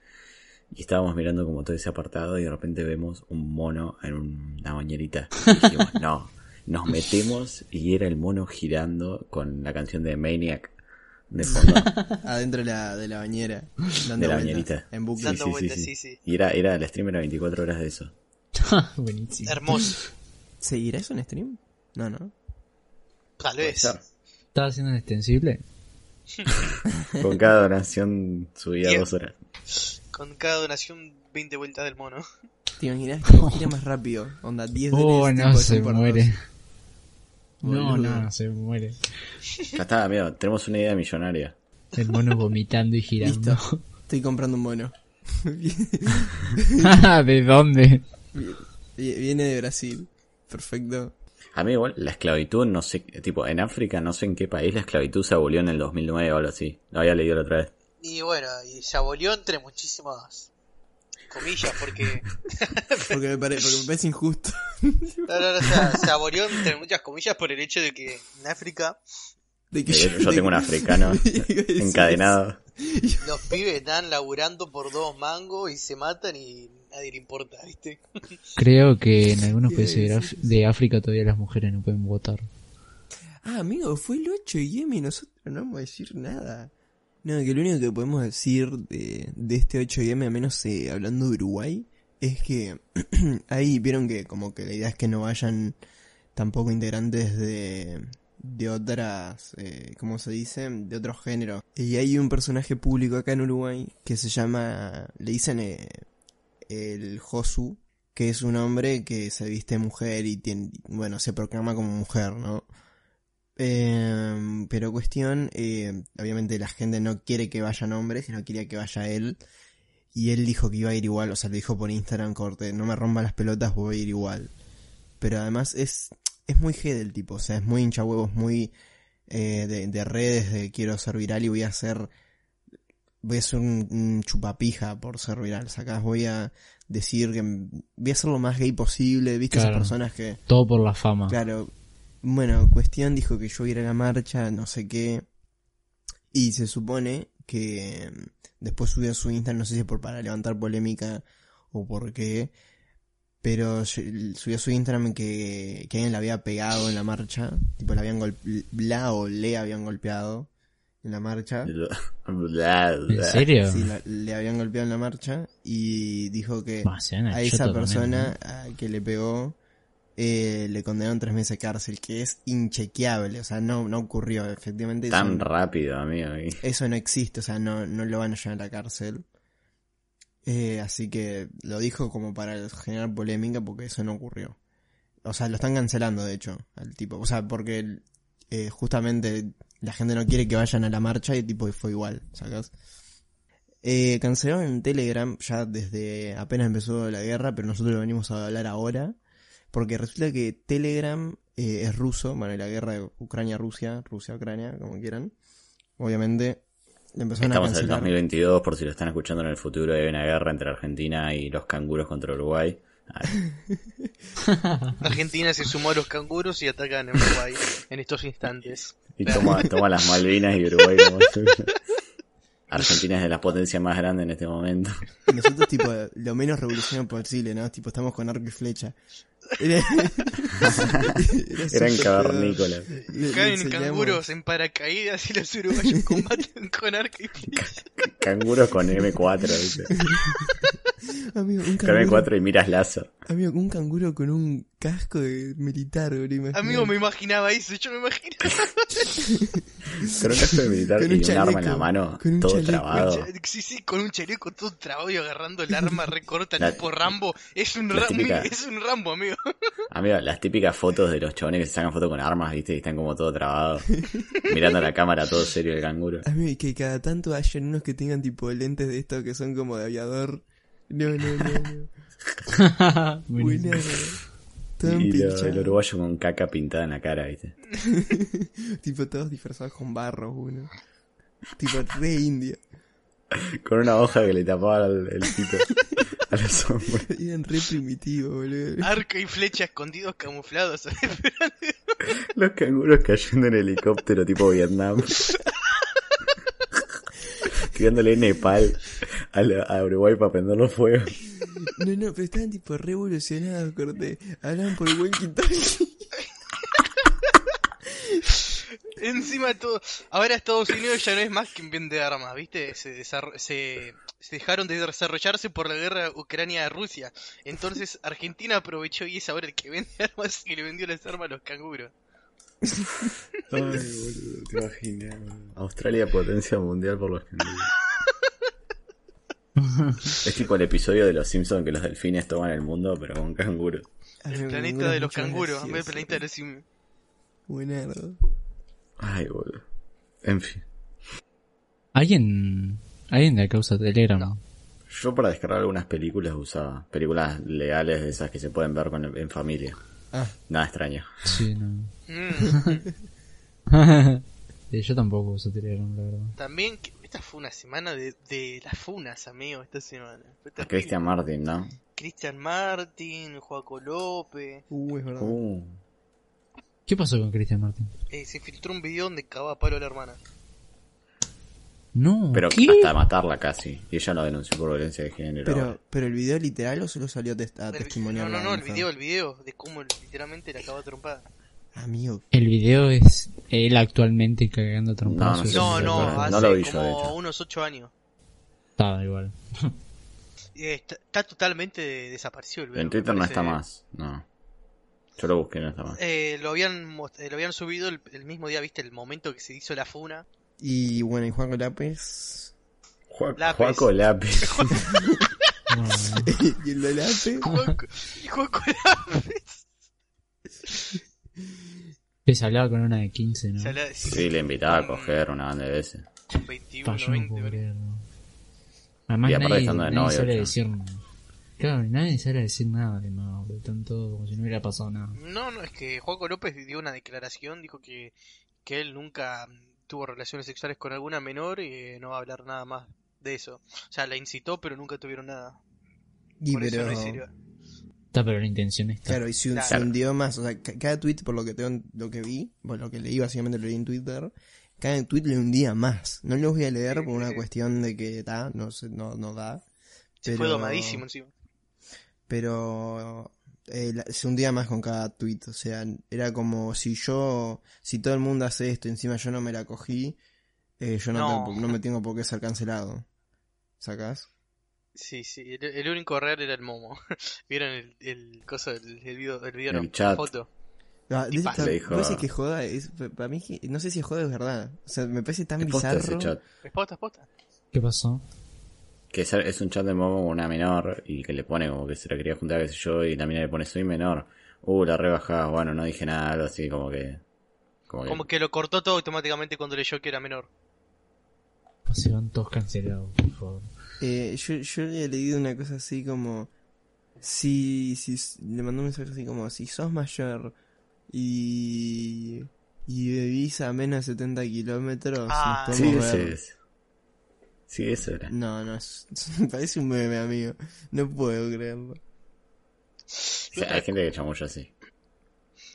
Y estábamos mirando como todo ese apartado y de repente vemos un mono en un- una bañerita. Y dijimos, [laughs] no, nos metemos y era el mono girando con la canción de Maniac de fondo. Adentro de la, de la bañera. Dando De la vueltas, bañerita. En bucle. Dando vueltas, sí, sí. Y era, era, el stream era 24 horas de eso. [laughs] Buenísimo. [laughs] Hermoso, ¿Seguirá eso en stream? No, no. tal vez. Puede ¿Estás haciendo un extensible? ser. Con cada donación subía Bien. dos horas. Con cada donación 20 vueltas del mono. ¿Te imaginas [laughs] que gira más rápido? Onda 10 de Oh, 10, no, tipo, se son por muere. dos. No, Boludo. no, se muere. Ya está, amigo, tenemos una idea millonaria. El mono vomitando y [laughs] girando. Listo. Estoy comprando un bono. [laughs] Ah, ¿De dónde? Vi- Viene de Brasil. Perfecto. A mí igual, la esclavitud, no sé, tipo, en África, no sé en qué país la esclavitud se abolió en el 2009 o algo así. Lo había leído la otra vez. Y bueno, y se abolió entre muchísimas comillas [laughs] porque... Porque me, pare- porque me parece injusto. No, no, no, o sea, se abolió entre muchas comillas por el hecho de que en África De que Yo, yo de- tengo [laughs] un africano Iba a decir encadenado. los pibes están laburando por dos mangos y se matan y nadie le importa, ¿viste? Creo que en algunos Sí, países de Af- de África todavía las mujeres no pueden votar. Ah, amigo, fue el 8 y M y nosotros no vamos a decir nada. No, que lo único que podemos decir de, de este 8 y M, a menos eh, hablando de Uruguay, es que [clears throat] ahí vieron que como que la idea es que no vayan tampoco integrantes de, de otras, eh, ¿cómo se dice? De otros géneros. Y hay un personaje público acá en Uruguay que se llama, le dicen eh, el Josu, que es un hombre que se viste mujer y tiene, bueno, se proclama como mujer, ¿no? Eh, pero cuestión, eh, obviamente la gente no quiere que vayan hombres, sino quería que vaya él. Y él dijo que iba a ir igual, o sea, le dijo por Instagram corte, no me rompa las pelotas, voy a ir igual. Pero además es, es muy G del tipo, o sea, es muy hincha huevos, muy eh, de, de, redes, de quiero ser viral y voy a ser, voy a ser un, un chupapija por ser viral, o sacás, voy a decir que voy a ser lo más gay posible, viste claro, esas personas que... Todo por la fama. Claro, bueno, cuestión dijo que yo iba a ir a la marcha, no sé qué. Y se supone que mm, después subió a su Instagram, no sé si es por para levantar polémica o por qué. Pero subió a su Instagram que, que alguien la había pegado en la marcha. Tipo, la habían golpeado, la o le habían golpeado en la marcha. ¿En serio? Sí, la, le habían golpeado en la marcha. Y dijo que bah, a esa persona Eh, también, ¿no? a que le pegó eh, le condenaron tres meses de cárcel, que es inchequeable, o sea, no, no ocurrió, efectivamente. [laughs] Tan eso, rápido, amigo. Y... Eso no existe, o sea, no, no lo van a llevar a la cárcel. Eh, así que lo dijo como para generar polémica porque eso no ocurrió. O sea, lo están cancelando, de hecho, al tipo. O sea, porque eh, justamente la gente no quiere que vayan a la marcha y el tipo fue igual, ¿sacas? cancelaron en Telegram ya desde apenas empezó la guerra, pero nosotros lo venimos a hablar ahora porque resulta que Telegram eh, es ruso, bueno, y la guerra de Ucrania-Rusia, Rusia-Ucrania, como quieran, obviamente empezaron Estamos a en el 2022, por si lo están escuchando en el futuro, hay una guerra entre Argentina y los canguros contra Uruguay. Argentina se sumó a los canguros y atacan a Uruguay en estos instantes. Y toma, toma las Malvinas y Uruguay como [laughs] Argentina es de las potencias más grandes en este [laughs] momento. Y nosotros, tipo, lo menos revolucionario posible, ¿no? Tipo, estamos con arco y flecha. Era... Eran cavernícolas. Caen enseñamos... canguros en paracaídas y los uruguayos [laughs] combaten con arco y flecha. Canguros con M4, dice. Amigo, un canguro... Con M4 y miras lazo. Amigo, un canguro con un casco de militar, bro, Amigo, me imaginaba eso, yo me imaginaba. con un casco de militar con y un, chaleco, un arma en la mano, con un todo chaleco, trabado. Sí, sí, con un chaleco todo trabado y agarrando el arma recorta, la... tipo Rambo. Es un, ra... típica... [laughs] es un Rambo, amigo. Amigo, las típicas fotos de los chabones que se sacan fotos con armas, viste, y están como todo trabados, mirando a la cámara todo serio el canguro. Amigo, y que cada tanto hayan unos que tengan tipo lentes de estos que son como de aviador. No, no, no, no. Buena, Todo y lo, el uruguayo con caca pintada en la cara, viste. tipo todos disfrazados con barro, uno. Tipo re indio. Con una hoja que le tapaba el, el pito [laughs] a los hombres. Eran re primitivos, boludo. Arco y flecha escondidos camuflados. [laughs] los canguros cayendo en helicóptero tipo [laughs] Vietnam. Tirándole Nepal a, la, a Uruguay para prenderlo fuego. No, no, pero estaban tipo revolucionados, corte. Hablaban por walkie-talkie. Encima de todo, ahora Estados Unidos ya no es más que un bien de armas, ¿viste? Se, se, se, dejaron de desarrollarse por la guerra Ucrania-Rusia. Entonces Argentina aprovechó y es ahora el que vende [laughs] armas y le vendió las armas a los canguros. Ay, boludo, te imaginas. Australia potencia mundial por los canguros. es tipo el episodio de Los Simpsons que los delfines toman el mundo, pero con canguros. [laughs] El planeta de los canguros, el planeta de [laughs] los simios. Buenardo. Ay, boludo. En fin. ¿Alguien, alguien le causa Telegram? No. Yo para descargar algunas películas usaba películas legales de esas que se pueden ver con, en familia. Ah. Nada extraño. Sí, mm, no. Eh, Yo tampoco uso Telegram, la verdad. También, esta fue una semana de, de las funas, amigo, esta semana. A Christian Martin, ¿no? Christian Martin, Joaco López. Uh, es verdad. Uh. ¿Qué pasó con Cristian Martín? Eh, se filtró un video donde cagaba a palo a la hermana. No, pero ¿qué? hasta matarla casi. Y ella lo denunció por violencia de género. Pero, pero el video literal o solo salió a testimoniar. No, no, no, el video, el video de cómo literalmente la cagaba trompada. Amigo. El video es él actualmente cagando trompadas. No, no, no, no, hace no lo vi como yo, de hecho. unos 8 años. Estaba igual. eh, está, está totalmente desaparecido el video. En Twitter no Parece- está más, no. Yo lo busqué, no está más. Eh, lo, habían, mos- eh, lo habían subido el, el mismo día, viste, el momento que se hizo [laughs] la funa. Y bueno, y Juan Lápiz. Ju- Lápiz. Juaco [laughs] Lápiz. Bueno, [laughs] y el de Lápiz. Juanco- y Juanco Lápiz. que se hablaba con una de 15, ¿no? O sea, la- Sí, le invitaba a coger una banda de veces. con Pa, 21, yo no 20, puedo ¿verdad? creerlo. Además, Y aparte nadie, estando de nadie novio, sale a yo. decir. Claro, nadie sale a decir nada de Mao, de tanto como si no hubiera pasado nada. No, no, es que Juanco López dio una declaración, dijo que, que él nunca mm, tuvo relaciones sexuales con alguna menor y eh, no va a hablar nada más de eso. O sea, la incitó, pero nunca tuvieron nada. Y Por eso pero- no es serio. Está, pero la intención está. Claro, y se, un- se Claro. hundió más. O sea, ca- cada tweet, por lo que tengo, lo que vi, por lo que leí, básicamente lo leí en Twitter, cada tweet le hundía más. No los voy a leer Sí, por sí, una sí. cuestión de que ta, no, se- no, no da. Se fue domadísimo encima. pero eh, la- se hundía más con cada tweet. O sea, era como si yo, si todo el mundo hace esto, encima yo no me la cogí, eh, yo no, No. tengo- no me tengo por qué ser cancelado. ¿Sacás? Sí, sí, el, el único real era el Momo. [laughs] ¿Vieron el, el coso del el video? El video El no, chat. foto. No, de Tipazo. esta- Le dijo- vos decís que joda, es- para mí, que- no sé si es joda o es verdad. O sea, me parece tan Es posta bizarro. ese chat. ¿Es posta, es posta? ¿Qué pasó? Que es, es un chat de momo con una menor y que le pone como que se la quería juntar, qué sé yo, y la mina le pone soy menor. Uh, la rebajaba, bueno, no dije nada, algo así como que. Como que. Como que lo cortó todo automáticamente cuando leyó que era menor. Pues Se van todos cancelados, por favor. Eh, yo, yo le he leído una cosa así como. Si, si. Le mandó un mensaje así como: Si sos mayor y. Y bebís a menos de 70 kilómetros. Ah, nos Sí, podemos ese ver". es. Sí, eso era. No, no, es, [laughs] parece un meme, amigo. No puedo creerlo. O sea, hay gente que chamulla así.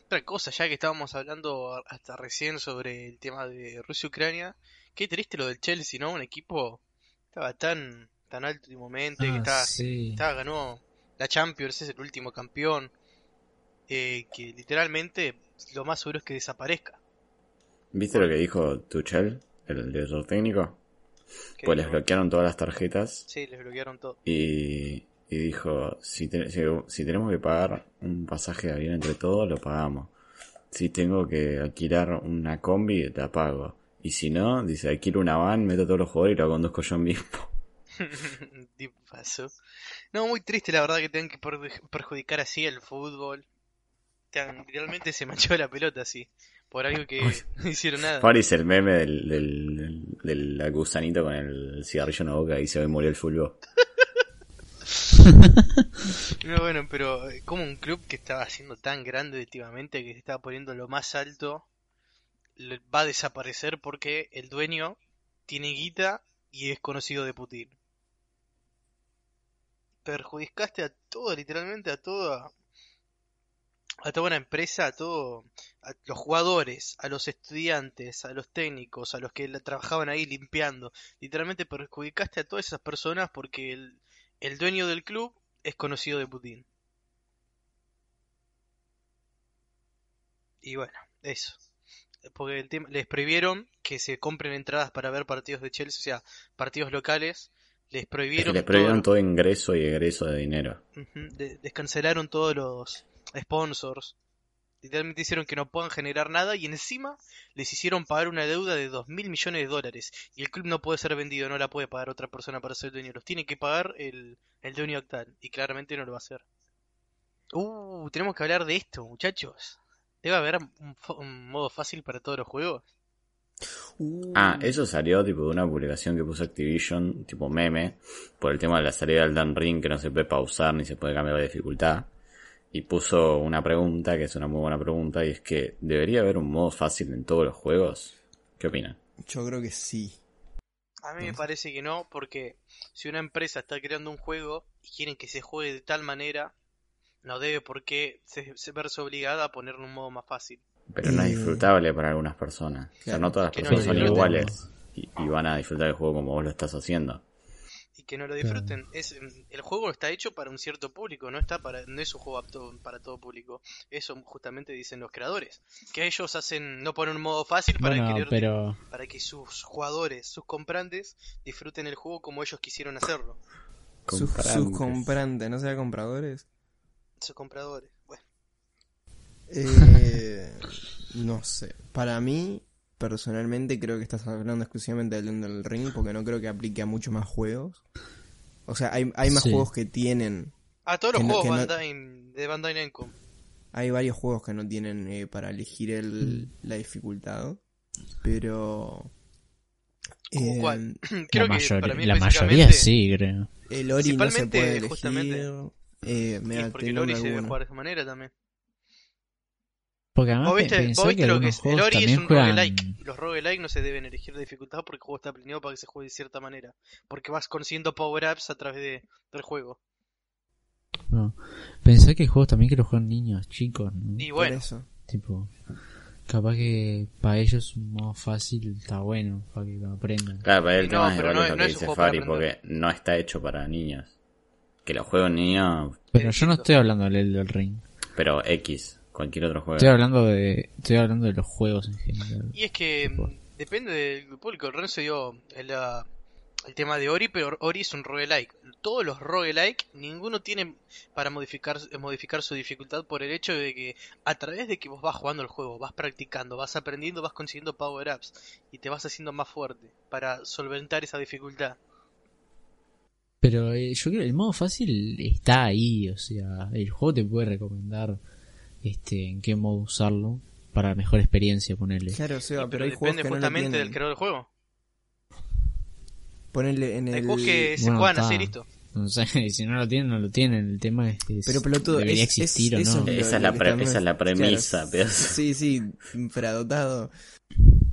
Otra cosa, ya que estábamos hablando hasta recién sobre el tema de Rusia-Ucrania, qué triste lo del Chelsea, ¿no? Un equipo estaba tan, tan alto últimamente, que Ah, estaba, sí. estaba- ganó la Champions, es el último campeón, eh, que literalmente lo más seguro es que desaparezca. ¿Viste lo que dijo Tuchel, el director técnico? Que Pues les digo, bloquearon todas las tarjetas sí, les bloquearon todo. [laughs] y, y dijo, si, te- si, si tenemos que pagar un pasaje de avión entre todos, lo pagamos. Si tengo que alquilar una combi, la pago. Y si no, dice, alquilo una van, meto a todos los jugadores y lo conduzco yo mismo. Tipazo. No, muy triste la verdad que tengan que perju- perjudicar así el fútbol. Tan- Realmente se manchó la pelota así, por algo que [laughs] no hicieron nada. Ahora dice el meme del, del, del- del gusanito con el cigarrillo en la boca y se ve murió el fulbo. No, bueno, pero eh, como un club que estaba siendo tan grande últimamente, que se estaba poniendo lo más alto, le- va a desaparecer porque el dueño tiene guita y es conocido de Putin. Perjudicaste a todo, literalmente a toda, a toda una empresa, a todo, a los jugadores, a los estudiantes, a los técnicos, a los que la- trabajaban ahí limpiando. Literalmente perjudicaste a todas esas personas porque el, el dueño del club es conocido de Putin. Y bueno, eso. Porque el tema- les prohibieron que se compren entradas para ver partidos de Chelsea, o sea, partidos locales. Les Es que prohibieron le prohibieron todo- todo ingreso y egreso de dinero. Ujú, de- descancelaron todos los sponsors. Literalmente hicieron que no puedan generar nada y encima les hicieron pagar una deuda de 2 mil millones de dólares. Y el club no puede ser vendido, no la puede pagar otra persona para ser dueño. Los tiene que pagar el, el dueño actual y claramente no lo va a hacer. Uh, tenemos que hablar de esto, muchachos. Debe haber un, fo- un modo fácil para todos los juegos. Ah, Mm. eso salió tipo de una publicación que puso Activision, tipo meme, por el tema de la salida del Dan Ring que no se puede pausar ni se puede cambiar de dificultad. Y puso una pregunta, que es una muy buena pregunta, y es que ¿debería haber un modo fácil en todos los juegos? ¿Qué opinan? Yo creo que sí. A mí me parece que no, porque si una empresa está creando un juego y quieren que se juegue de tal manera, no debe por qué se, se verse obligada a ponerle un modo más fácil. Pero no es Eh, disfrutable para algunas personas. O sea, claro, no todas las que no personas lo son disfruten. iguales y, y van a disfrutar el juego como vos lo estás haciendo. Y que no lo disfruten. Es, mm, el juego está hecho para un cierto público, no está para no es un juego apto para todo público. Eso justamente dicen los creadores. Que ellos hacen no poner un modo fácil para, Bueno, querer- pero. para que sus jugadores, sus comprantes, disfruten el juego como ellos quisieron hacerlo. Sus, Comprantes. sus comprantes, ¿no será compradores? Sus compradores. Bueno, Eh, [laughs] no sé. Para mí, personalmente, creo que estás hablando exclusivamente del Elden Ring porque no creo que aplique a muchos más juegos. O sea, hay, hay más Sí. juegos que tienen. a todos los Que no- juegos que no- Bandai, de Bandai Namco. Hay varios juegos que no tienen eh, para elegir el, la dificultad. ¿no? Pero. ¿Cómo eh, cuál? Creo La, que para mí mayoría, la mayoría específicamente sí, creo. El Ori no se Principalmente, puede elegir. justamente. Eh, y mirá, porque te el Ori nombro se debe alguno. jugar de esa manera también. Porque además ¿Vos viste, pensá vos viste Ah, que lo que algunos es? El juegos Ori es también un juegan... roguelike. Y Los roguelike no se deben elegir de dificultad porque el juego está planeado para que se juegue de cierta manera. Porque vas consiguiendo power-ups a través de, del juego. no. Pensá que hay juegos también que los juegan niños, chicos, ¿no? Y Por bueno, eso. Tipo, capaz que para ellos un modo fácil está bueno, para que lo aprendan. Claro, para él el No, tema es pero igual no que es- lo no que es un dice juego para Fari, porque aprender. no está hecho para niños. Que lo juegue un niño, Pero yo no estoy hablando del Elden Ring. pero X, cualquier otro juego. Estoy hablando de, estoy hablando de los juegos en general. y es que mm, depende del público. El Renzo dio el, ah, el tema de Ori, pero Ori es un roguelike. Todos los roguelike, ninguno tiene para modificar, eh, modificar su dificultad por el hecho de que a través de que vos vas jugando el juego, vas practicando, vas aprendiendo, vas consiguiendo power-ups y te vas haciendo más fuerte para solventar esa dificultad. Pero eh, yo creo que el modo fácil está ahí, o sea, el juego te puede recomendar este en qué modo usarlo para la mejor experiencia, ponerle. Claro, Seba, Y- pero, hay juegos depende que no lo justamente del tienen. creador del juego. Ponele en Hay el... juegos que se Bueno, juegan está. así, listo. No sé, [laughs] si no lo tienen, no lo tienen. El tema es que es- Pero, pelotudo, debería es- es- existir eso o es no. lo- Eh, Esa es lo la que pre- estamos- esa es la premisa, Claro, [laughs] pedazo. Sí, sí, infradotado.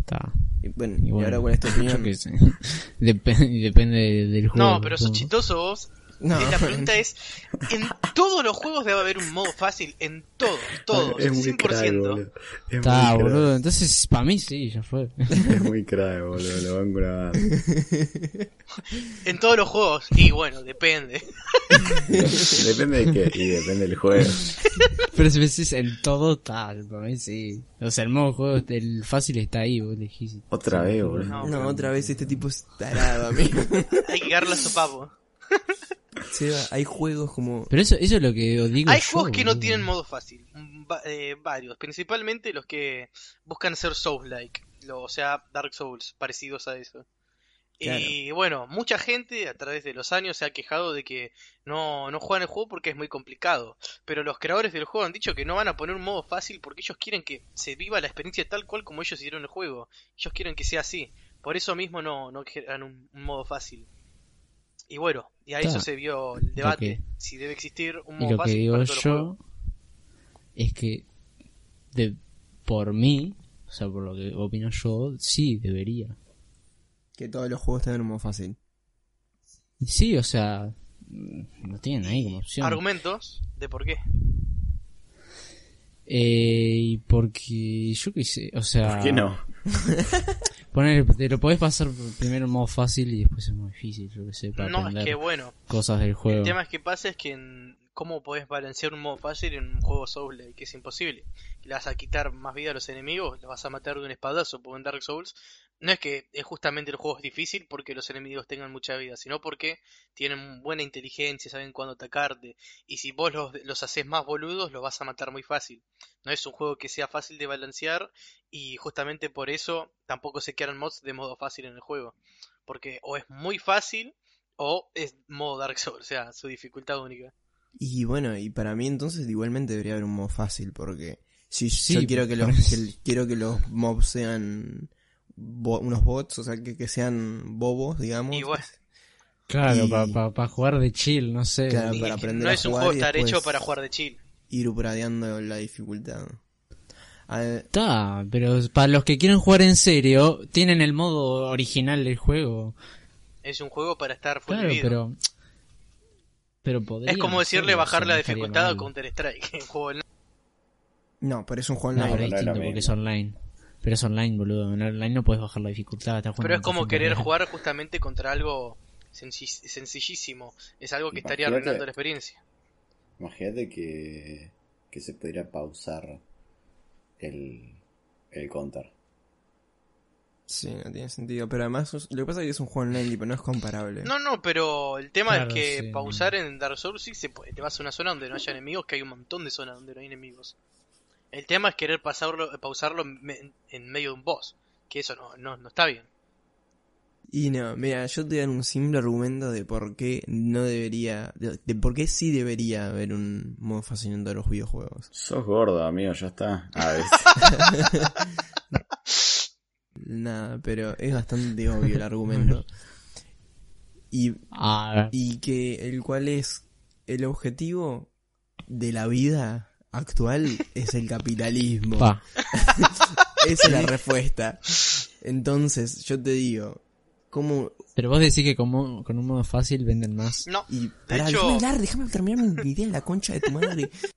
Está. Y bueno, Y y, bueno, ahora con esta [laughs] yo opinión... [laughs] qué sé. [laughs] Dep- depende del juego. No, pero sos supongo. chistoso vos. No, Y La pregunta es, en todos los juegos debe haber un modo fácil, en todos, todos, 100%. Está, boludo. Entonces, para mí sí, ya fue. [laughs] Es muy crack, boludo. Lo van a en todos los juegos, y bueno, depende. [laughs] Depende de qué. Y depende del juego. Pero si me decís el todo tal, para mí sí. O sea, el modo juego, el fácil está ahí, vos elegís. Otra vez, boludo. No, no, otra vez este tipo es tarado, [laughs] amigo. [laughs] Hay que darle a su papo. Seba, hay juegos como... Pero eso, eso es lo que os digo. Hay yo, juegos que no boludo. tienen modo fácil, mm, va- eh, varios, principalmente los que buscan ser Souls-like, lo- o sea, Dark Souls, parecidos a eso. Y bueno, mucha gente a través de los años se ha quejado de que no, no juegan el juego porque es muy complicado. Pero los creadores del juego han dicho que no van a poner un modo fácil porque ellos quieren que se viva la experiencia tal cual como ellos hicieron el juego. Ellos quieren que sea así. Por eso mismo no, no generan un, un modo fácil. Y bueno, y a Está. eso se vio el debate. Si debe existir un Y modo lo que fácil digo para todos los juegos. yo es que de, por mí, o sea, por lo que opino yo, sí, debería. Que todos los juegos tengan un modo fácil. Y Sí, o sea, no tienen ahí como opción. Argumentos de por qué. Eh, y porque yo qué sé, o sea... ¿Por qué no? Ah. poner- te lo podés pasar primero en modo fácil y después en modo difícil, yo qué sé, para No, es aprender que bueno. cosas del juego. El tema es que pasa es que en, cómo podés balancear un modo fácil en un juego Souls que es imposible. Le vas a quitar más vida a los enemigos, los vas a matar de un espadazo, porque en Dark Souls no es que es justamente el juego es difícil porque los enemigos tengan mucha vida, sino porque tienen buena inteligencia, saben cuándo atacarte y si vos los, los haces más boludos los vas a matar muy fácil. No es un juego que sea fácil de balancear y justamente por eso tampoco se crean mods de modo fácil en el juego, porque o es muy fácil o es modo Dark Souls, o sea, su dificultad única. Y bueno, y para mí entonces igualmente debería haber un modo fácil, porque si Sí, yo quiero que los, por eso. que- quiero que los mobs sean bo- unos bots, o sea, que, que sean bobos, digamos. Y bueno. Claro, y- para jugar de chill, no sé. Claro, Y Ah, para es que aprender no a es un jugar juego y estar después- hecho para jugar de chill. Ir upgradeando la dificultad. Al- Está, pero para los que quieren jugar en serio, tienen el modo original del juego. Es un juego para estar full Claro, vida. pero. Pero podría. Es como no sé, decirle o bajar sea, la no estaría dificultad a mal. Counter Strike, un juego online. no, pero es un juego No, online. pero no es es lo distinto mismo. porque es online. Pero es online, boludo. En online no puedes bajar la dificultad. estás jugando Pero es contra como gente querer real. jugar justamente contra algo senci- sencillísimo. Es algo que estaría Imagínate. arruinando la experiencia. Imagínate que, que se pudiera pausar el, el counter. Sí, no tiene sentido. Pero además, es- lo que pasa es que es un juego online, tipo, no es comparable. No, no, pero el tema Claro, es que sí. pausar en Dark Souls sí se puede. Te vas a una zona donde no haya enemigos, que hay un montón de zonas donde no hay enemigos. El tema es querer pasarlo, pausarlo en me- en medio de un boss, que eso no, no, no está bien. Y no, mira, yo te voy a dar un simple argumento de por qué no debería. De, de por qué sí debería haber un modo fascinante de los videojuegos. Sos gordo, amigo, ya está. A ver, Nada, pero es bastante obvio el argumento. Y Ah, y que el cual es el objetivo de la vida actual es el capitalismo. pa. Esa es la respuesta. Entonces, yo te digo, ¿cómo? Pero vos decís que como, con un modo fácil venden más. No, Y pará, hecho- déjame hablar, déjame terminar mi idea en la concha de tu madre. [laughs]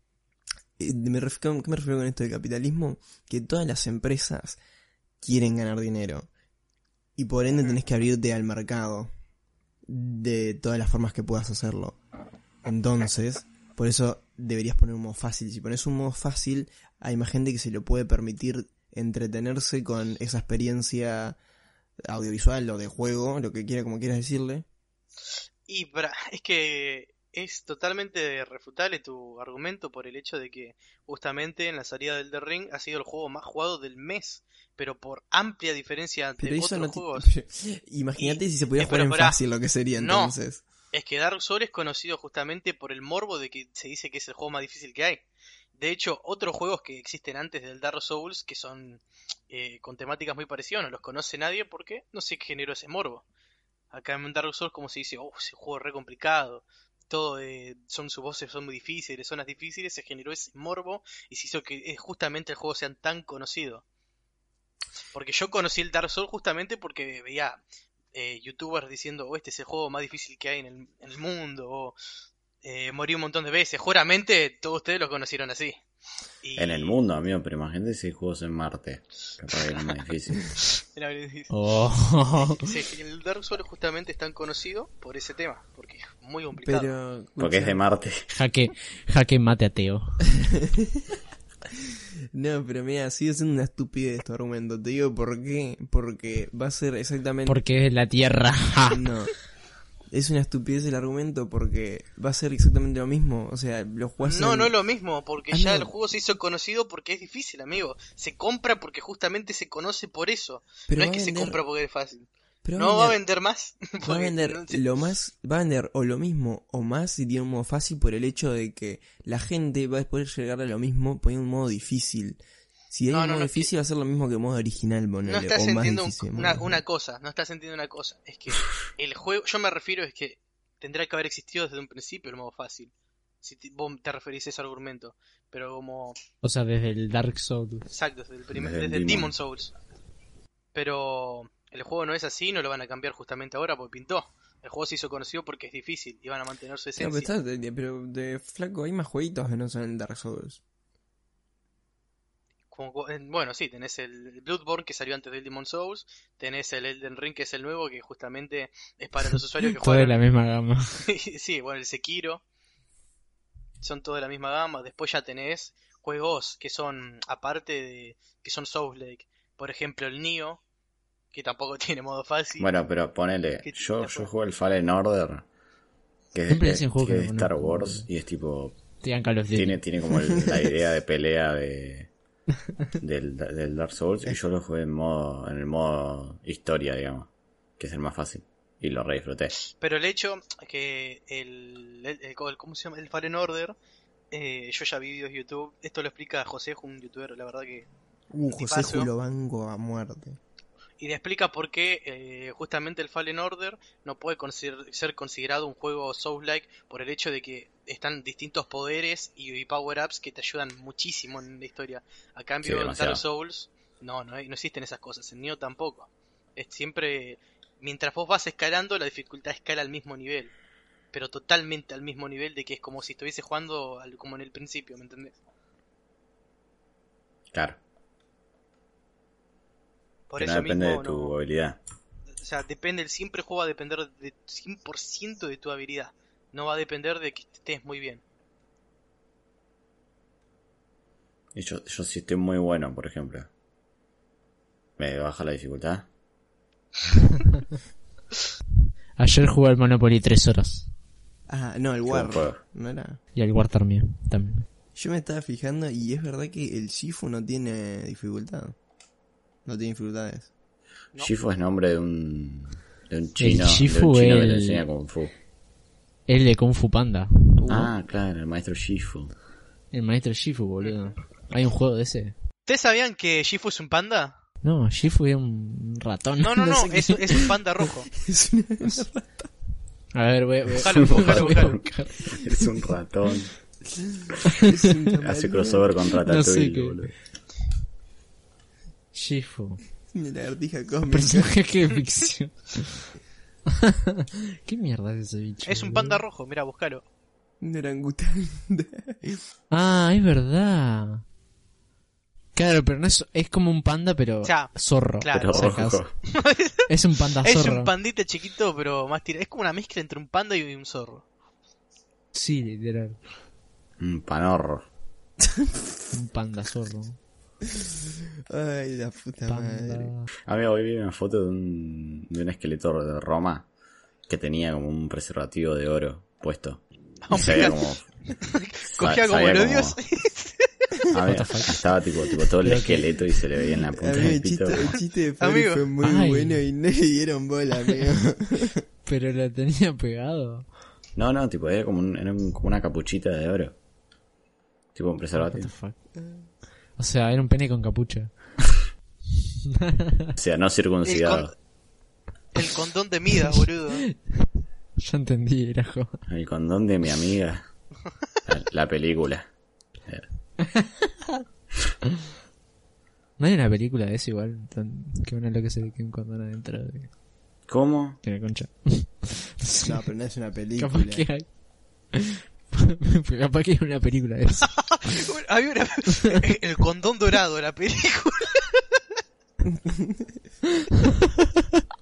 Eh, me ref- ¿Qué me refiero con esto del capitalismo? Que todas las empresas quieren ganar dinero. Y por ende tenés que abrirte al mercado. De todas las formas que puedas hacerlo. Entonces, por eso deberías poner un modo fácil. Si pones un modo fácil, hay más gente que se lo puede permitir entretenerse con esa experiencia audiovisual o de juego, lo que quiera, como quieras decirle. y para- [laughs] es que es totalmente refutable tu argumento por el hecho de que justamente en la salida del The Ring ha sido el juego más jugado del mes, pero por amplia diferencia ante Pero eso otros no te- juegos. Imagínate Y- si se pudiera eh, jugar pero en pará. fácil lo que sería No. entonces. Es que Dark Souls es conocido justamente por el morbo de que se dice que es el juego más difícil que hay. De hecho, otros juegos que existen antes del Dark Souls, que son eh, con temáticas muy parecidas, no los conoce nadie porque no se generó ese morbo. Acá en Dark Souls como se dice, oh, ese juego es re complicado, todo, eh, son sus voces son muy difíciles, zonas difíciles, se generó ese morbo y se hizo que eh, justamente el juego sea tan conocido. Porque yo conocí el Dark Souls justamente porque veía eh, youtubers diciendo, oh, este es el juego más difícil que hay en el, en el mundo, o eh, morí un montón de veces. Juramente todos ustedes lo conocieron así. Y- en el mundo, amigo, pero imagínate si hay juegos en Marte. Capaz que era más difícil. Era- sí, Oh. [laughs] sí, el Dark Souls justamente es tan conocido por ese tema, porque es muy complicado. Pero Porque es de Marte. Jaque, jaque mate ateo. No, pero mira, sigue siendo una estupidez tu argumento. Te digo por qué. Porque va a ser exactamente. Porque es de la [laughs] tierra. ja. [laughs] No. Es una estupidez el argumento porque va a ser exactamente lo mismo. O sea, lo jugás No, en- no es lo mismo, porque Ah, ya no. el juego se hizo conocido porque es difícil, amigo. Se compra porque justamente se conoce por eso. Pero no es va a que se vender- compra porque es fácil. pero No va a vender más. [laughs] Va a porque vender no se- lo más, va a vender o lo mismo o más si tiene un modo fácil por el hecho de que la gente va a poder llegar a lo mismo poniendo un modo difícil. Si hay un No, no, modo no, difícil va a ser lo mismo que el modo original, ponele, No estás o más entendiendo difícil. un- una, ponele. una cosa, no estás entendiendo una cosa. Es que el juego, yo me refiero es que tendría que haber existido desde un principio el modo fácil. Si te- vos te referís a ese argumento. Pero como, O sea, desde el Dark Souls. exacto, desde el, primer, Desde desde el el Demon. Demon Souls. Pero el juego no es así, no lo van a cambiar justamente ahora porque pintó. El juego se hizo conocido porque es difícil y van a mantener su No, pero, esencia. está- de- de- pero de flaco hay más jueguitos que no son el Dark Souls. Como- en- bueno, sí, tenés el Bloodborne que salió antes del Demon Souls, tenés el Elden Ring que es el nuevo que justamente es para [laughs] los usuarios que Todo de juegan la misma gama. [laughs] sí, bueno, el Sekiro. Son todos de la misma gama. Después ya tenés juegos que son, aparte de, que son Souls Lake. Por ejemplo, el Nio, que tampoco [laughs] tiene modo fácil. Bueno, pero ponele, ¿Qué yo, te yo acuerdas? juego el Fallen Order, que es, Siempre de- dicen juegos que que es de no Star conozco, Wars boludo. y es tipo, Tiran Call of Duty. tiene, tiene como [laughs] el- la idea de pelea de del, del Dark Souls y yo lo jugué en modo, en el modo historia, digamos, que es el más fácil y lo re disfruté. Pero el hecho que el, el- el- ¿cómo se llama? El Fallen Order, eh, yo ya vi videos de YouTube. Esto lo explica José, un youtuber, la verdad que Uh, José Tipazo. Julio Banco a muerte. Y le explica por qué eh, justamente el Fallen Order no puede consider- ser considerado un juego Souls-like por el hecho de que están distintos poderes y, y power-ups que te ayudan muchísimo en la historia. A Sí, cambio, en demasiado. Dark Souls, no, no, hay- no existen esas cosas. En Nioh tampoco. Es siempre. Mientras vos vas escalando, la dificultad escala al mismo nivel. Pero totalmente al mismo nivel de que es como si estuviese jugando al- como en el principio, ¿me entendés? Claro, Por que no eso depende mismo, de tu no- habilidad. O sea, depende, siempre el juego va a depender de 100% de tu habilidad. No va a depender de que estés muy bien. Y yo, yo sí estoy muy bueno, por ejemplo. ¿Me baja la dificultad? Ayer jugué al Monopoly tres horas. Ah, no, el buen War. juego. No era. Y al War también. también. Yo me estaba fijando y es verdad que el Shifu no tiene dificultad. No tiene dificultades. No. Shifu es nombre de un, de un chino, de Shifu un chino que el- le enseña Kung Fu. El de Kung Fu Panda. Ah, claro, el maestro Shifu. El maestro Shifu, boludo. Hay un juego de ese. ¿Ustedes sabían que Shifu es un panda? No, Shifu es un ratón. [laughs] No, no, No no, sé qué- es, es un panda rojo. Uh, [laughs] Es una mierda. A ver, voy, voy- Buscalo, buscalo, voy a buscalo. buscar. Es un ratón. Es una [laughs] Hace mierda. crossover con Ratatouille, qué. boludo. Shifu. Una lagartija cósmica. Personaje de [laughs] ficción. [laughs] ¿Qué mierda es ese bicho? Es un boludo? panda rojo, mira, buscalo. Una orangután. [laughs] Ah, es verdad. Claro, pero no es, es como un panda, pero O sea, zorro. claro. Pero por si acaso. rojo. Es un panda Es zorro. un pandita chiquito, pero más tira. Es como una mezcla entre un panda y un zorro. Sí, literal. Un panorro. Un panda zorro. Ay, la puta madre. Panda. Amigo, hoy vi una foto de un, de un esqueleto de Roma que tenía como un preservativo de oro puesto. Y se veía como... [laughs] Cogía como sabía los como- dioses. A ver, estaba tipo, tipo todo el esqueleto y se le veía en la punta Amigo, del el pito. chiste, como- el chiste de Fabri Amigo. fue muy Ay. bueno y no le dieron bola, amigo. Pero lo tenía pegado. No, no, tipo, era como, un- era un- como una capuchita de oro. Tipo un What the preservativo. fuck. O sea, era un pene con capucha. O sea, no El circuncidado. con- El condón de Midas, boludo. Ya entendí, era joven. El condón de mi amiga. La, la película. No hay una película de eso igual. tan- que uno lo que se ve que un condón adentro de, ¿Cómo? de la concha. [laughs] No, pero no es una [laughs] Capaz película. que hay. [laughs] Capaz que hay una película de eso. Había una- El condón dorado, la película.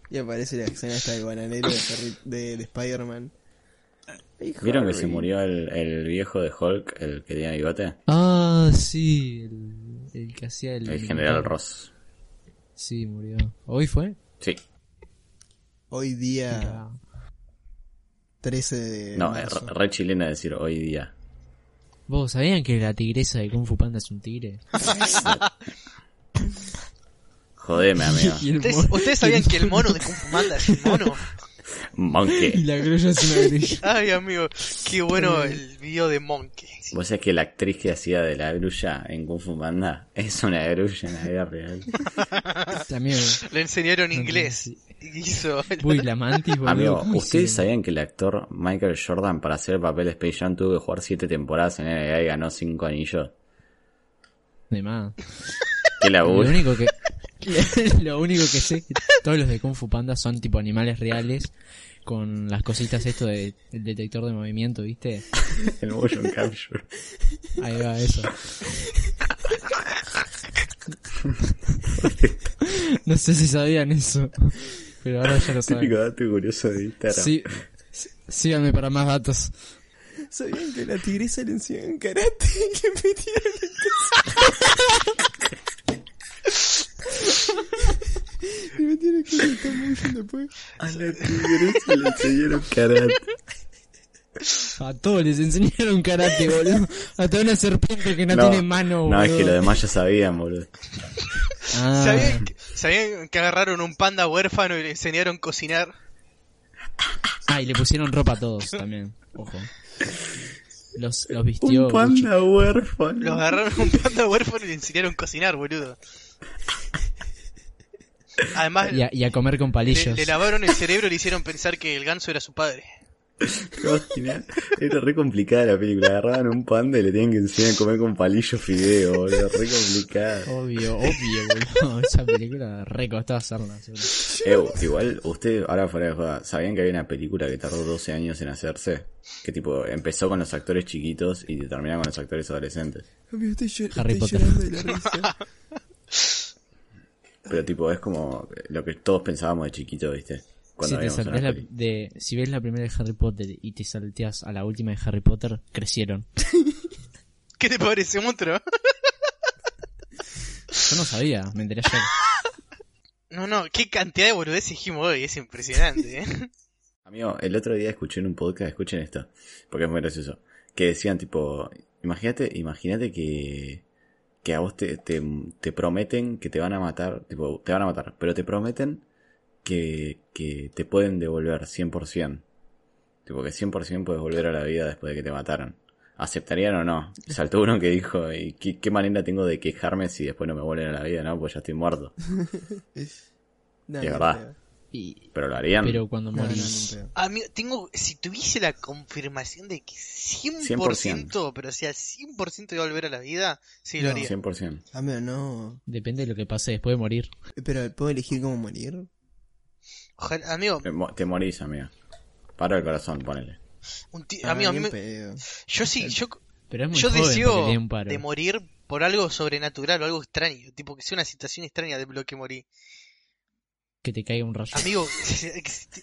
Y aparece la escena esta del bananero de, Harry- de, de Spider-Man. Ay, ¿Vieron que Harry. se murió el, el viejo de Hulk, el que tenía bigote? Ah, sí. El, el que hacía el. El general militar. Ross. Sí, murió. ¿Hoy fue? Sí. Hoy día 13 de No, es marzo. re, re chilena decir hoy día. ¿Vos sabían que la tigresa de Kung Fu Panda es un tigre? Jodeme, amigo. [laughs] Y el ¿Ustedes, mono- ustedes sabían que el mono de Kung Fu Panda es un mono? Y Monkey. la grulla es una grulla. Ay, amigo, qué bueno Eh, el video de Monkey. Vos sabés que la actriz que hacía de la grulla en Kung Fu Panda es una grulla en la vida real. También. Le enseñaron No, no, inglés. sí. Y hizo. Uy, la mantis, boludo. Amigo, Uy, ¿ustedes sí. sabían que el actor Michael Jordan para hacer el papel de Space Jam tuvo que jugar 7 temporadas en NBA y ganó 5 anillos? De más. Qué Lo laburo. único [laughs] que. [laughs] lo único que sé es que todos los de Kung Fu Panda son tipo animales reales. Con las cositas esto del detector de movimiento, ¿viste? El motion capture. Ahí va eso. No sé si sabían eso. Pero ahora ya lo Típico saben. dato curioso de Instagram. Sí, sí- síganme para más datos. ¿Sabían que la tigresa le enseñaban karate [laughs] y le metieron el queso? le metieron el queso está muy después. A la tigresa le [laughs] enseñaron karate. A todos les enseñaron karate, boludo. A toda una serpiente que [laughs] no, tiene mano, boludo. No, es que los demás ya sabían, boludo. Ah, ¿Sabían que, sabían que agarraron un panda huérfano y le enseñaron cocinar? ah, y le pusieron ropa a todos también. Ojo. Los, los vistió. Un panda [laughs] huérfano. Los agarraron un panda huérfano y le enseñaron cocinar, boludo. Además, mucho. Y a, y a comer con le, palillos. le lavaron el cerebro y le hicieron pensar que el ganso era su padre. ¿Te imaginas? Era re complicada la película. Agarraban un panda y le tenían que enseñar a comer con palillo fideo, boludo. Re [laughs] complicada. Obvio, obvio, boludo. Esa película recostaba hacerla. seguro. Eh, igual, ustedes, ahora fuera de joda, ¿sabían que había una película que tardó 12 años en hacerse? Que tipo, empezó con los actores chiquitos y terminaba con los actores adolescentes. Amigo, estoy, llor- Harry estoy Potter. llorando de la [laughs] risa. Pero tipo, es como lo que todos pensábamos de chiquito, ¿viste? Cuando Si, te veíamos una salteas la, peli. de, si ves la primera de Harry Potter y te salteas a la última de Harry Potter, crecieron. ¿Qué te parece, monstruo? Yo no sabía, me enteré ayer. No, no, qué cantidad de boludeces dijimos hoy, es impresionante, ¿eh? Amigo, el otro día escuché en un podcast, escuchen esto, porque es muy gracioso, que decían tipo, imagínate, imagínate que, que a vos te, te, te prometen que te van a matar, tipo, te van a matar, pero te prometen que, que te pueden devolver 100%, tipo que 100% puedes volver a la vida después de que te mataron. ¿Aceptarían o no? Saltó uno que dijo, ¿y qué, qué manera tengo de quejarme si después no me vuelven a la vida, no? Pues ya estoy muerto. No, De no, verdad. no. Y, Pero lo harían. pero cuando No, no, morís. no, no, no. A mí, Ah, tengo, si tuviese la confirmación de que 100%, 100%. pero o sea, 100% iba a volver a la vida, sí lo No. haría. 100%. Amigo, Ah, no. Depende de lo que pase después de morir. Pero, ¿puedo elegir cómo morir? Ojalá- amigo, Te mo- Te morís, amigo. Paro el corazón, ponele. un ti- Ah, amigo, a mí ni me- en pedo. yo sí, yo, Pero es muy yo joven para que deseo le dé un paro. de morir por algo sobrenatural o algo extraño, tipo que sea una situación extraña de lo que morí. Que te caiga un rayo. [laughs] Amigo,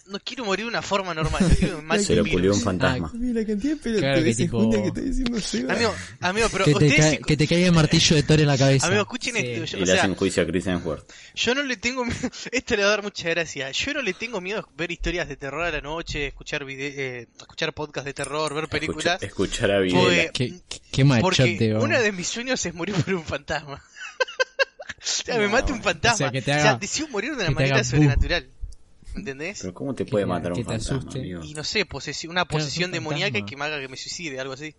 no quiero morir de una forma normal, yo quiero que me mate [laughs] Se lo un virus. culió un fantasma. Mira la cantidad de Claro que pelotudeces tipo- juntas que está diciendo Seba. Amigo, amigo, pero que, te ustedes, ca- que te caiga el martillo de Thor en la cabeza. amigo, escuchen Sí. esto, yo- Y o le sea, hacen juicio a Chris Hemsworth. Yo no le tengo miedo, [laughs] esto le va a dar mucha gracia. Yo no le tengo miedo a ver historias de terror a la noche, escuchar vide- eh, escuchar podcasts de terror, ver Escucha- películas. escuchar a Videla. Porque, Qué, qué- qué machote, porque vos. uno de mis sueños es morir por un fantasma. [laughs] o sea, me No, mate un fantasma. o sea, que te O sea, haga- deseo morir de que una te manera haga bu. sobrenatural. ¿Entendés? Pero ¿cómo te Que puede te- matar que un te fantasma, asuste. amigo? Y no sé, posesi- una Claro, es un posesión demoníaca fantasma. que me haga que me suicide, algo así.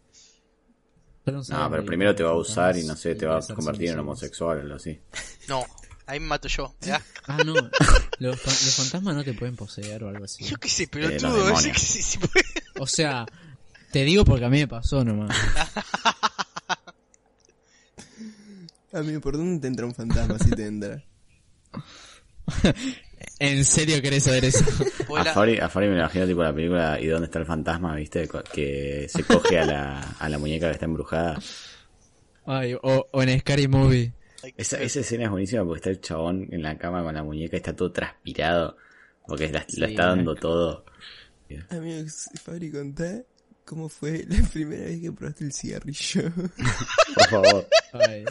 Yo no No, sabía pero que primero te va a los usar y fantasmas no sé, te va iban a ser convertir en soluciones. homosexual o algo así. No, ahí me mato yo. ¿verdad? [laughs] Ah, no. Los, fa- los fantasmas no te pueden poseer o [laughs] algo así. Yo qué sé, los pelotudo. ese demonios. que se- se puede- O sea, te digo porque a mí me pasó nomás. Amigo, ¿por dónde te entra un fantasma si te entra? ¿En serio querés saber eso? Hola. A Fabri, a Fabri me lo imagino tipo la película ¿Y dónde está el fantasma? ¿Viste? Co- Que se coge a la, a la muñeca que está embrujada. [laughs] Ay, o, o en Scary Movie. Ay, qué Esa, feo. esa escena es buenísima porque está el chabón en la cama con la muñeca y está todo transpirado. Porque la, la Sí. eh. está dando todo. [laughs] Amigo, Fabri, contá cómo fue la primera vez que probaste el [laughs] cigarrillo. Por favor, Ay,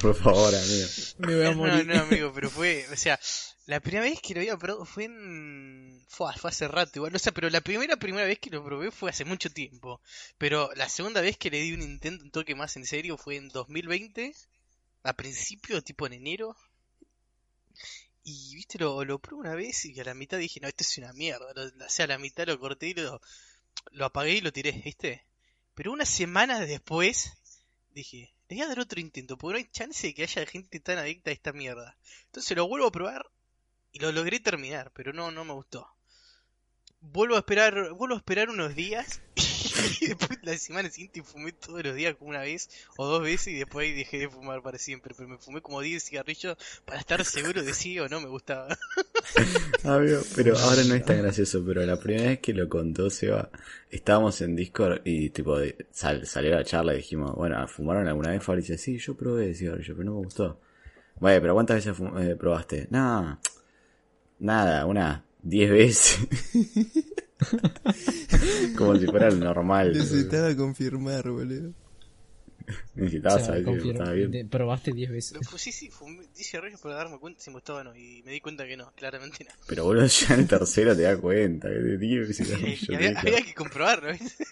por favor, amigo. me voy [laughs] a No, morir. no, amigo, pero fue, o sea, la primera vez que lo había probado fue en... Fue, fue hace rato igual, o sea, pero la primera, primera vez que lo probé fue hace mucho tiempo. Pero la segunda vez que le di un intento, un toque más en serio, fue en 2020, a principio, tipo en enero. Y, viste, lo, lo probé una vez y a la mitad dije, no, esto es una mierda. Lo- o sea, a la mitad lo corté y lo, lo apagué y lo tiré, viste. Pero unas semanas después dije, le voy a dar otro intento, porque no hay chance de que haya gente tan adicta a esta mierda. Entonces lo vuelvo a probar y lo logré terminar, pero no, no me gustó. Vuelvo a esperar, vuelvo a esperar unos días [laughs] y después la semana siguiente fumé todos los días como una vez o dos veces y después dejé de fumar para siempre, pero me fumé como 10 cigarrillos para estar seguro de si o no me gustaba. [laughs] Amigo, pero ahora no es tan gracioso, pero la primera vez que lo contó Seba, estábamos en Discord y tipo de- sal- salió la charla y dijimos, bueno, ¿fumaron alguna vez? Fabri dice, sí, yo probé cigarrillo, pero no me gustó. Bueno, pero ¿cuántas veces fu- eh, probaste? Nada, nada, una diez veces. [laughs] Como si fuera el normal. Necesitaba confirmar, boludo. Necesitaba O sea, saber que confirmo, estaba bien. te- Probaste 10 Lo veces. puse, sí, fumé 10 cigarrillos para darme cuenta si me gustaba o no y me di cuenta que no, [laughs] claramente no. Pero boludo, ya en el tercero te das cuenta que de diez Y [laughs] cigarrillos. había, neta. había que comprobarlo, ¿viste?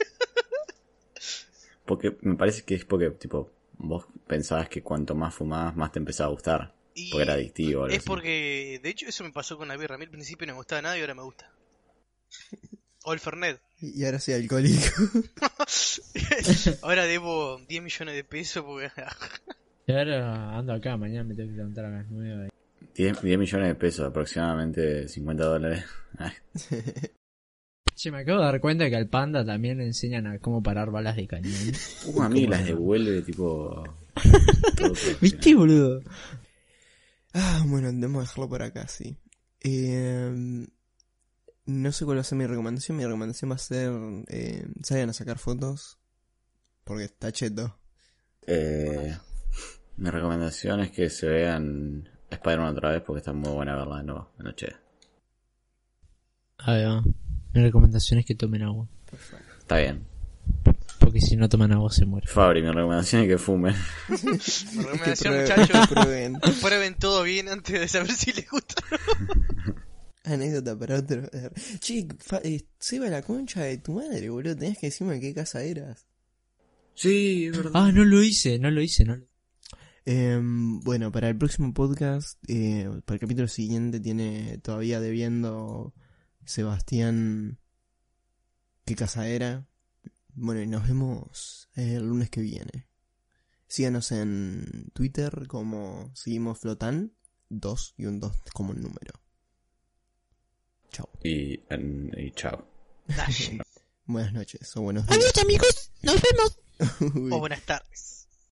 Porque me parece que es porque, tipo, vos pensabas que cuanto más fumabas, más te empezaba a gustar. Y- Porque era adictivo. algo Es así. porque, de hecho, eso me pasó con la birra. A mí al principio no me gustaba nada y ahora me gusta. O el Fernet. Y ahora soy alcohólico. [laughs] ahora debo 10 millones de pesos porque... [laughs] Y ahora ando acá, mañana me tengo que levantar a las 9. 10, 10 millones de pesos, aproximadamente 50 dólares. Che, me acabo de dar cuenta que al panda también le enseñan a cómo parar balas de cañón. [laughs] Uh, a mí las devuelve, [laughs] tipo. todo ¿Viste, boludo? Ah, bueno, debemos dejarlo por acá, sí. Eh, no sé cuál va a ser mi recomendación. Mi recomendación va a ser... Eh, salgan a sacar fotos. Porque está cheto. Eh, mi recomendación es que se vean Spider-Man otra vez porque está muy buena verla de nuevo de noche. A ver, va. mi recomendación es que tomen agua. Está bien. Porque porque si no toman agua se mueren. Fabri, mi recomendación es que fumen. Mi Es que recomendación, prue- [laughs] muchachos, prueben. prueben todo bien antes de saber si les gusta. Anécdota para otro. Che, fa- eh, Seba, la concha de tu madre, boludo. Tenías que decirme qué casa eras. Sí, es verdad. Ah, no lo hice, no lo hice, no lo- Em, bueno, para el próximo podcast, eh, para el capítulo siguiente, tiene todavía debiendo Sebastián qué casa era. Bueno, y nos vemos el lunes que viene. Síganos en Twitter como seguimos flotan, 2 y un 2 como un número. Chao. Y, en- y chao. Dash. Buenas noches o buenos días. Ah, Adiós amigos, nos vemos. Uy. [laughs] O Oh, buenas tardes.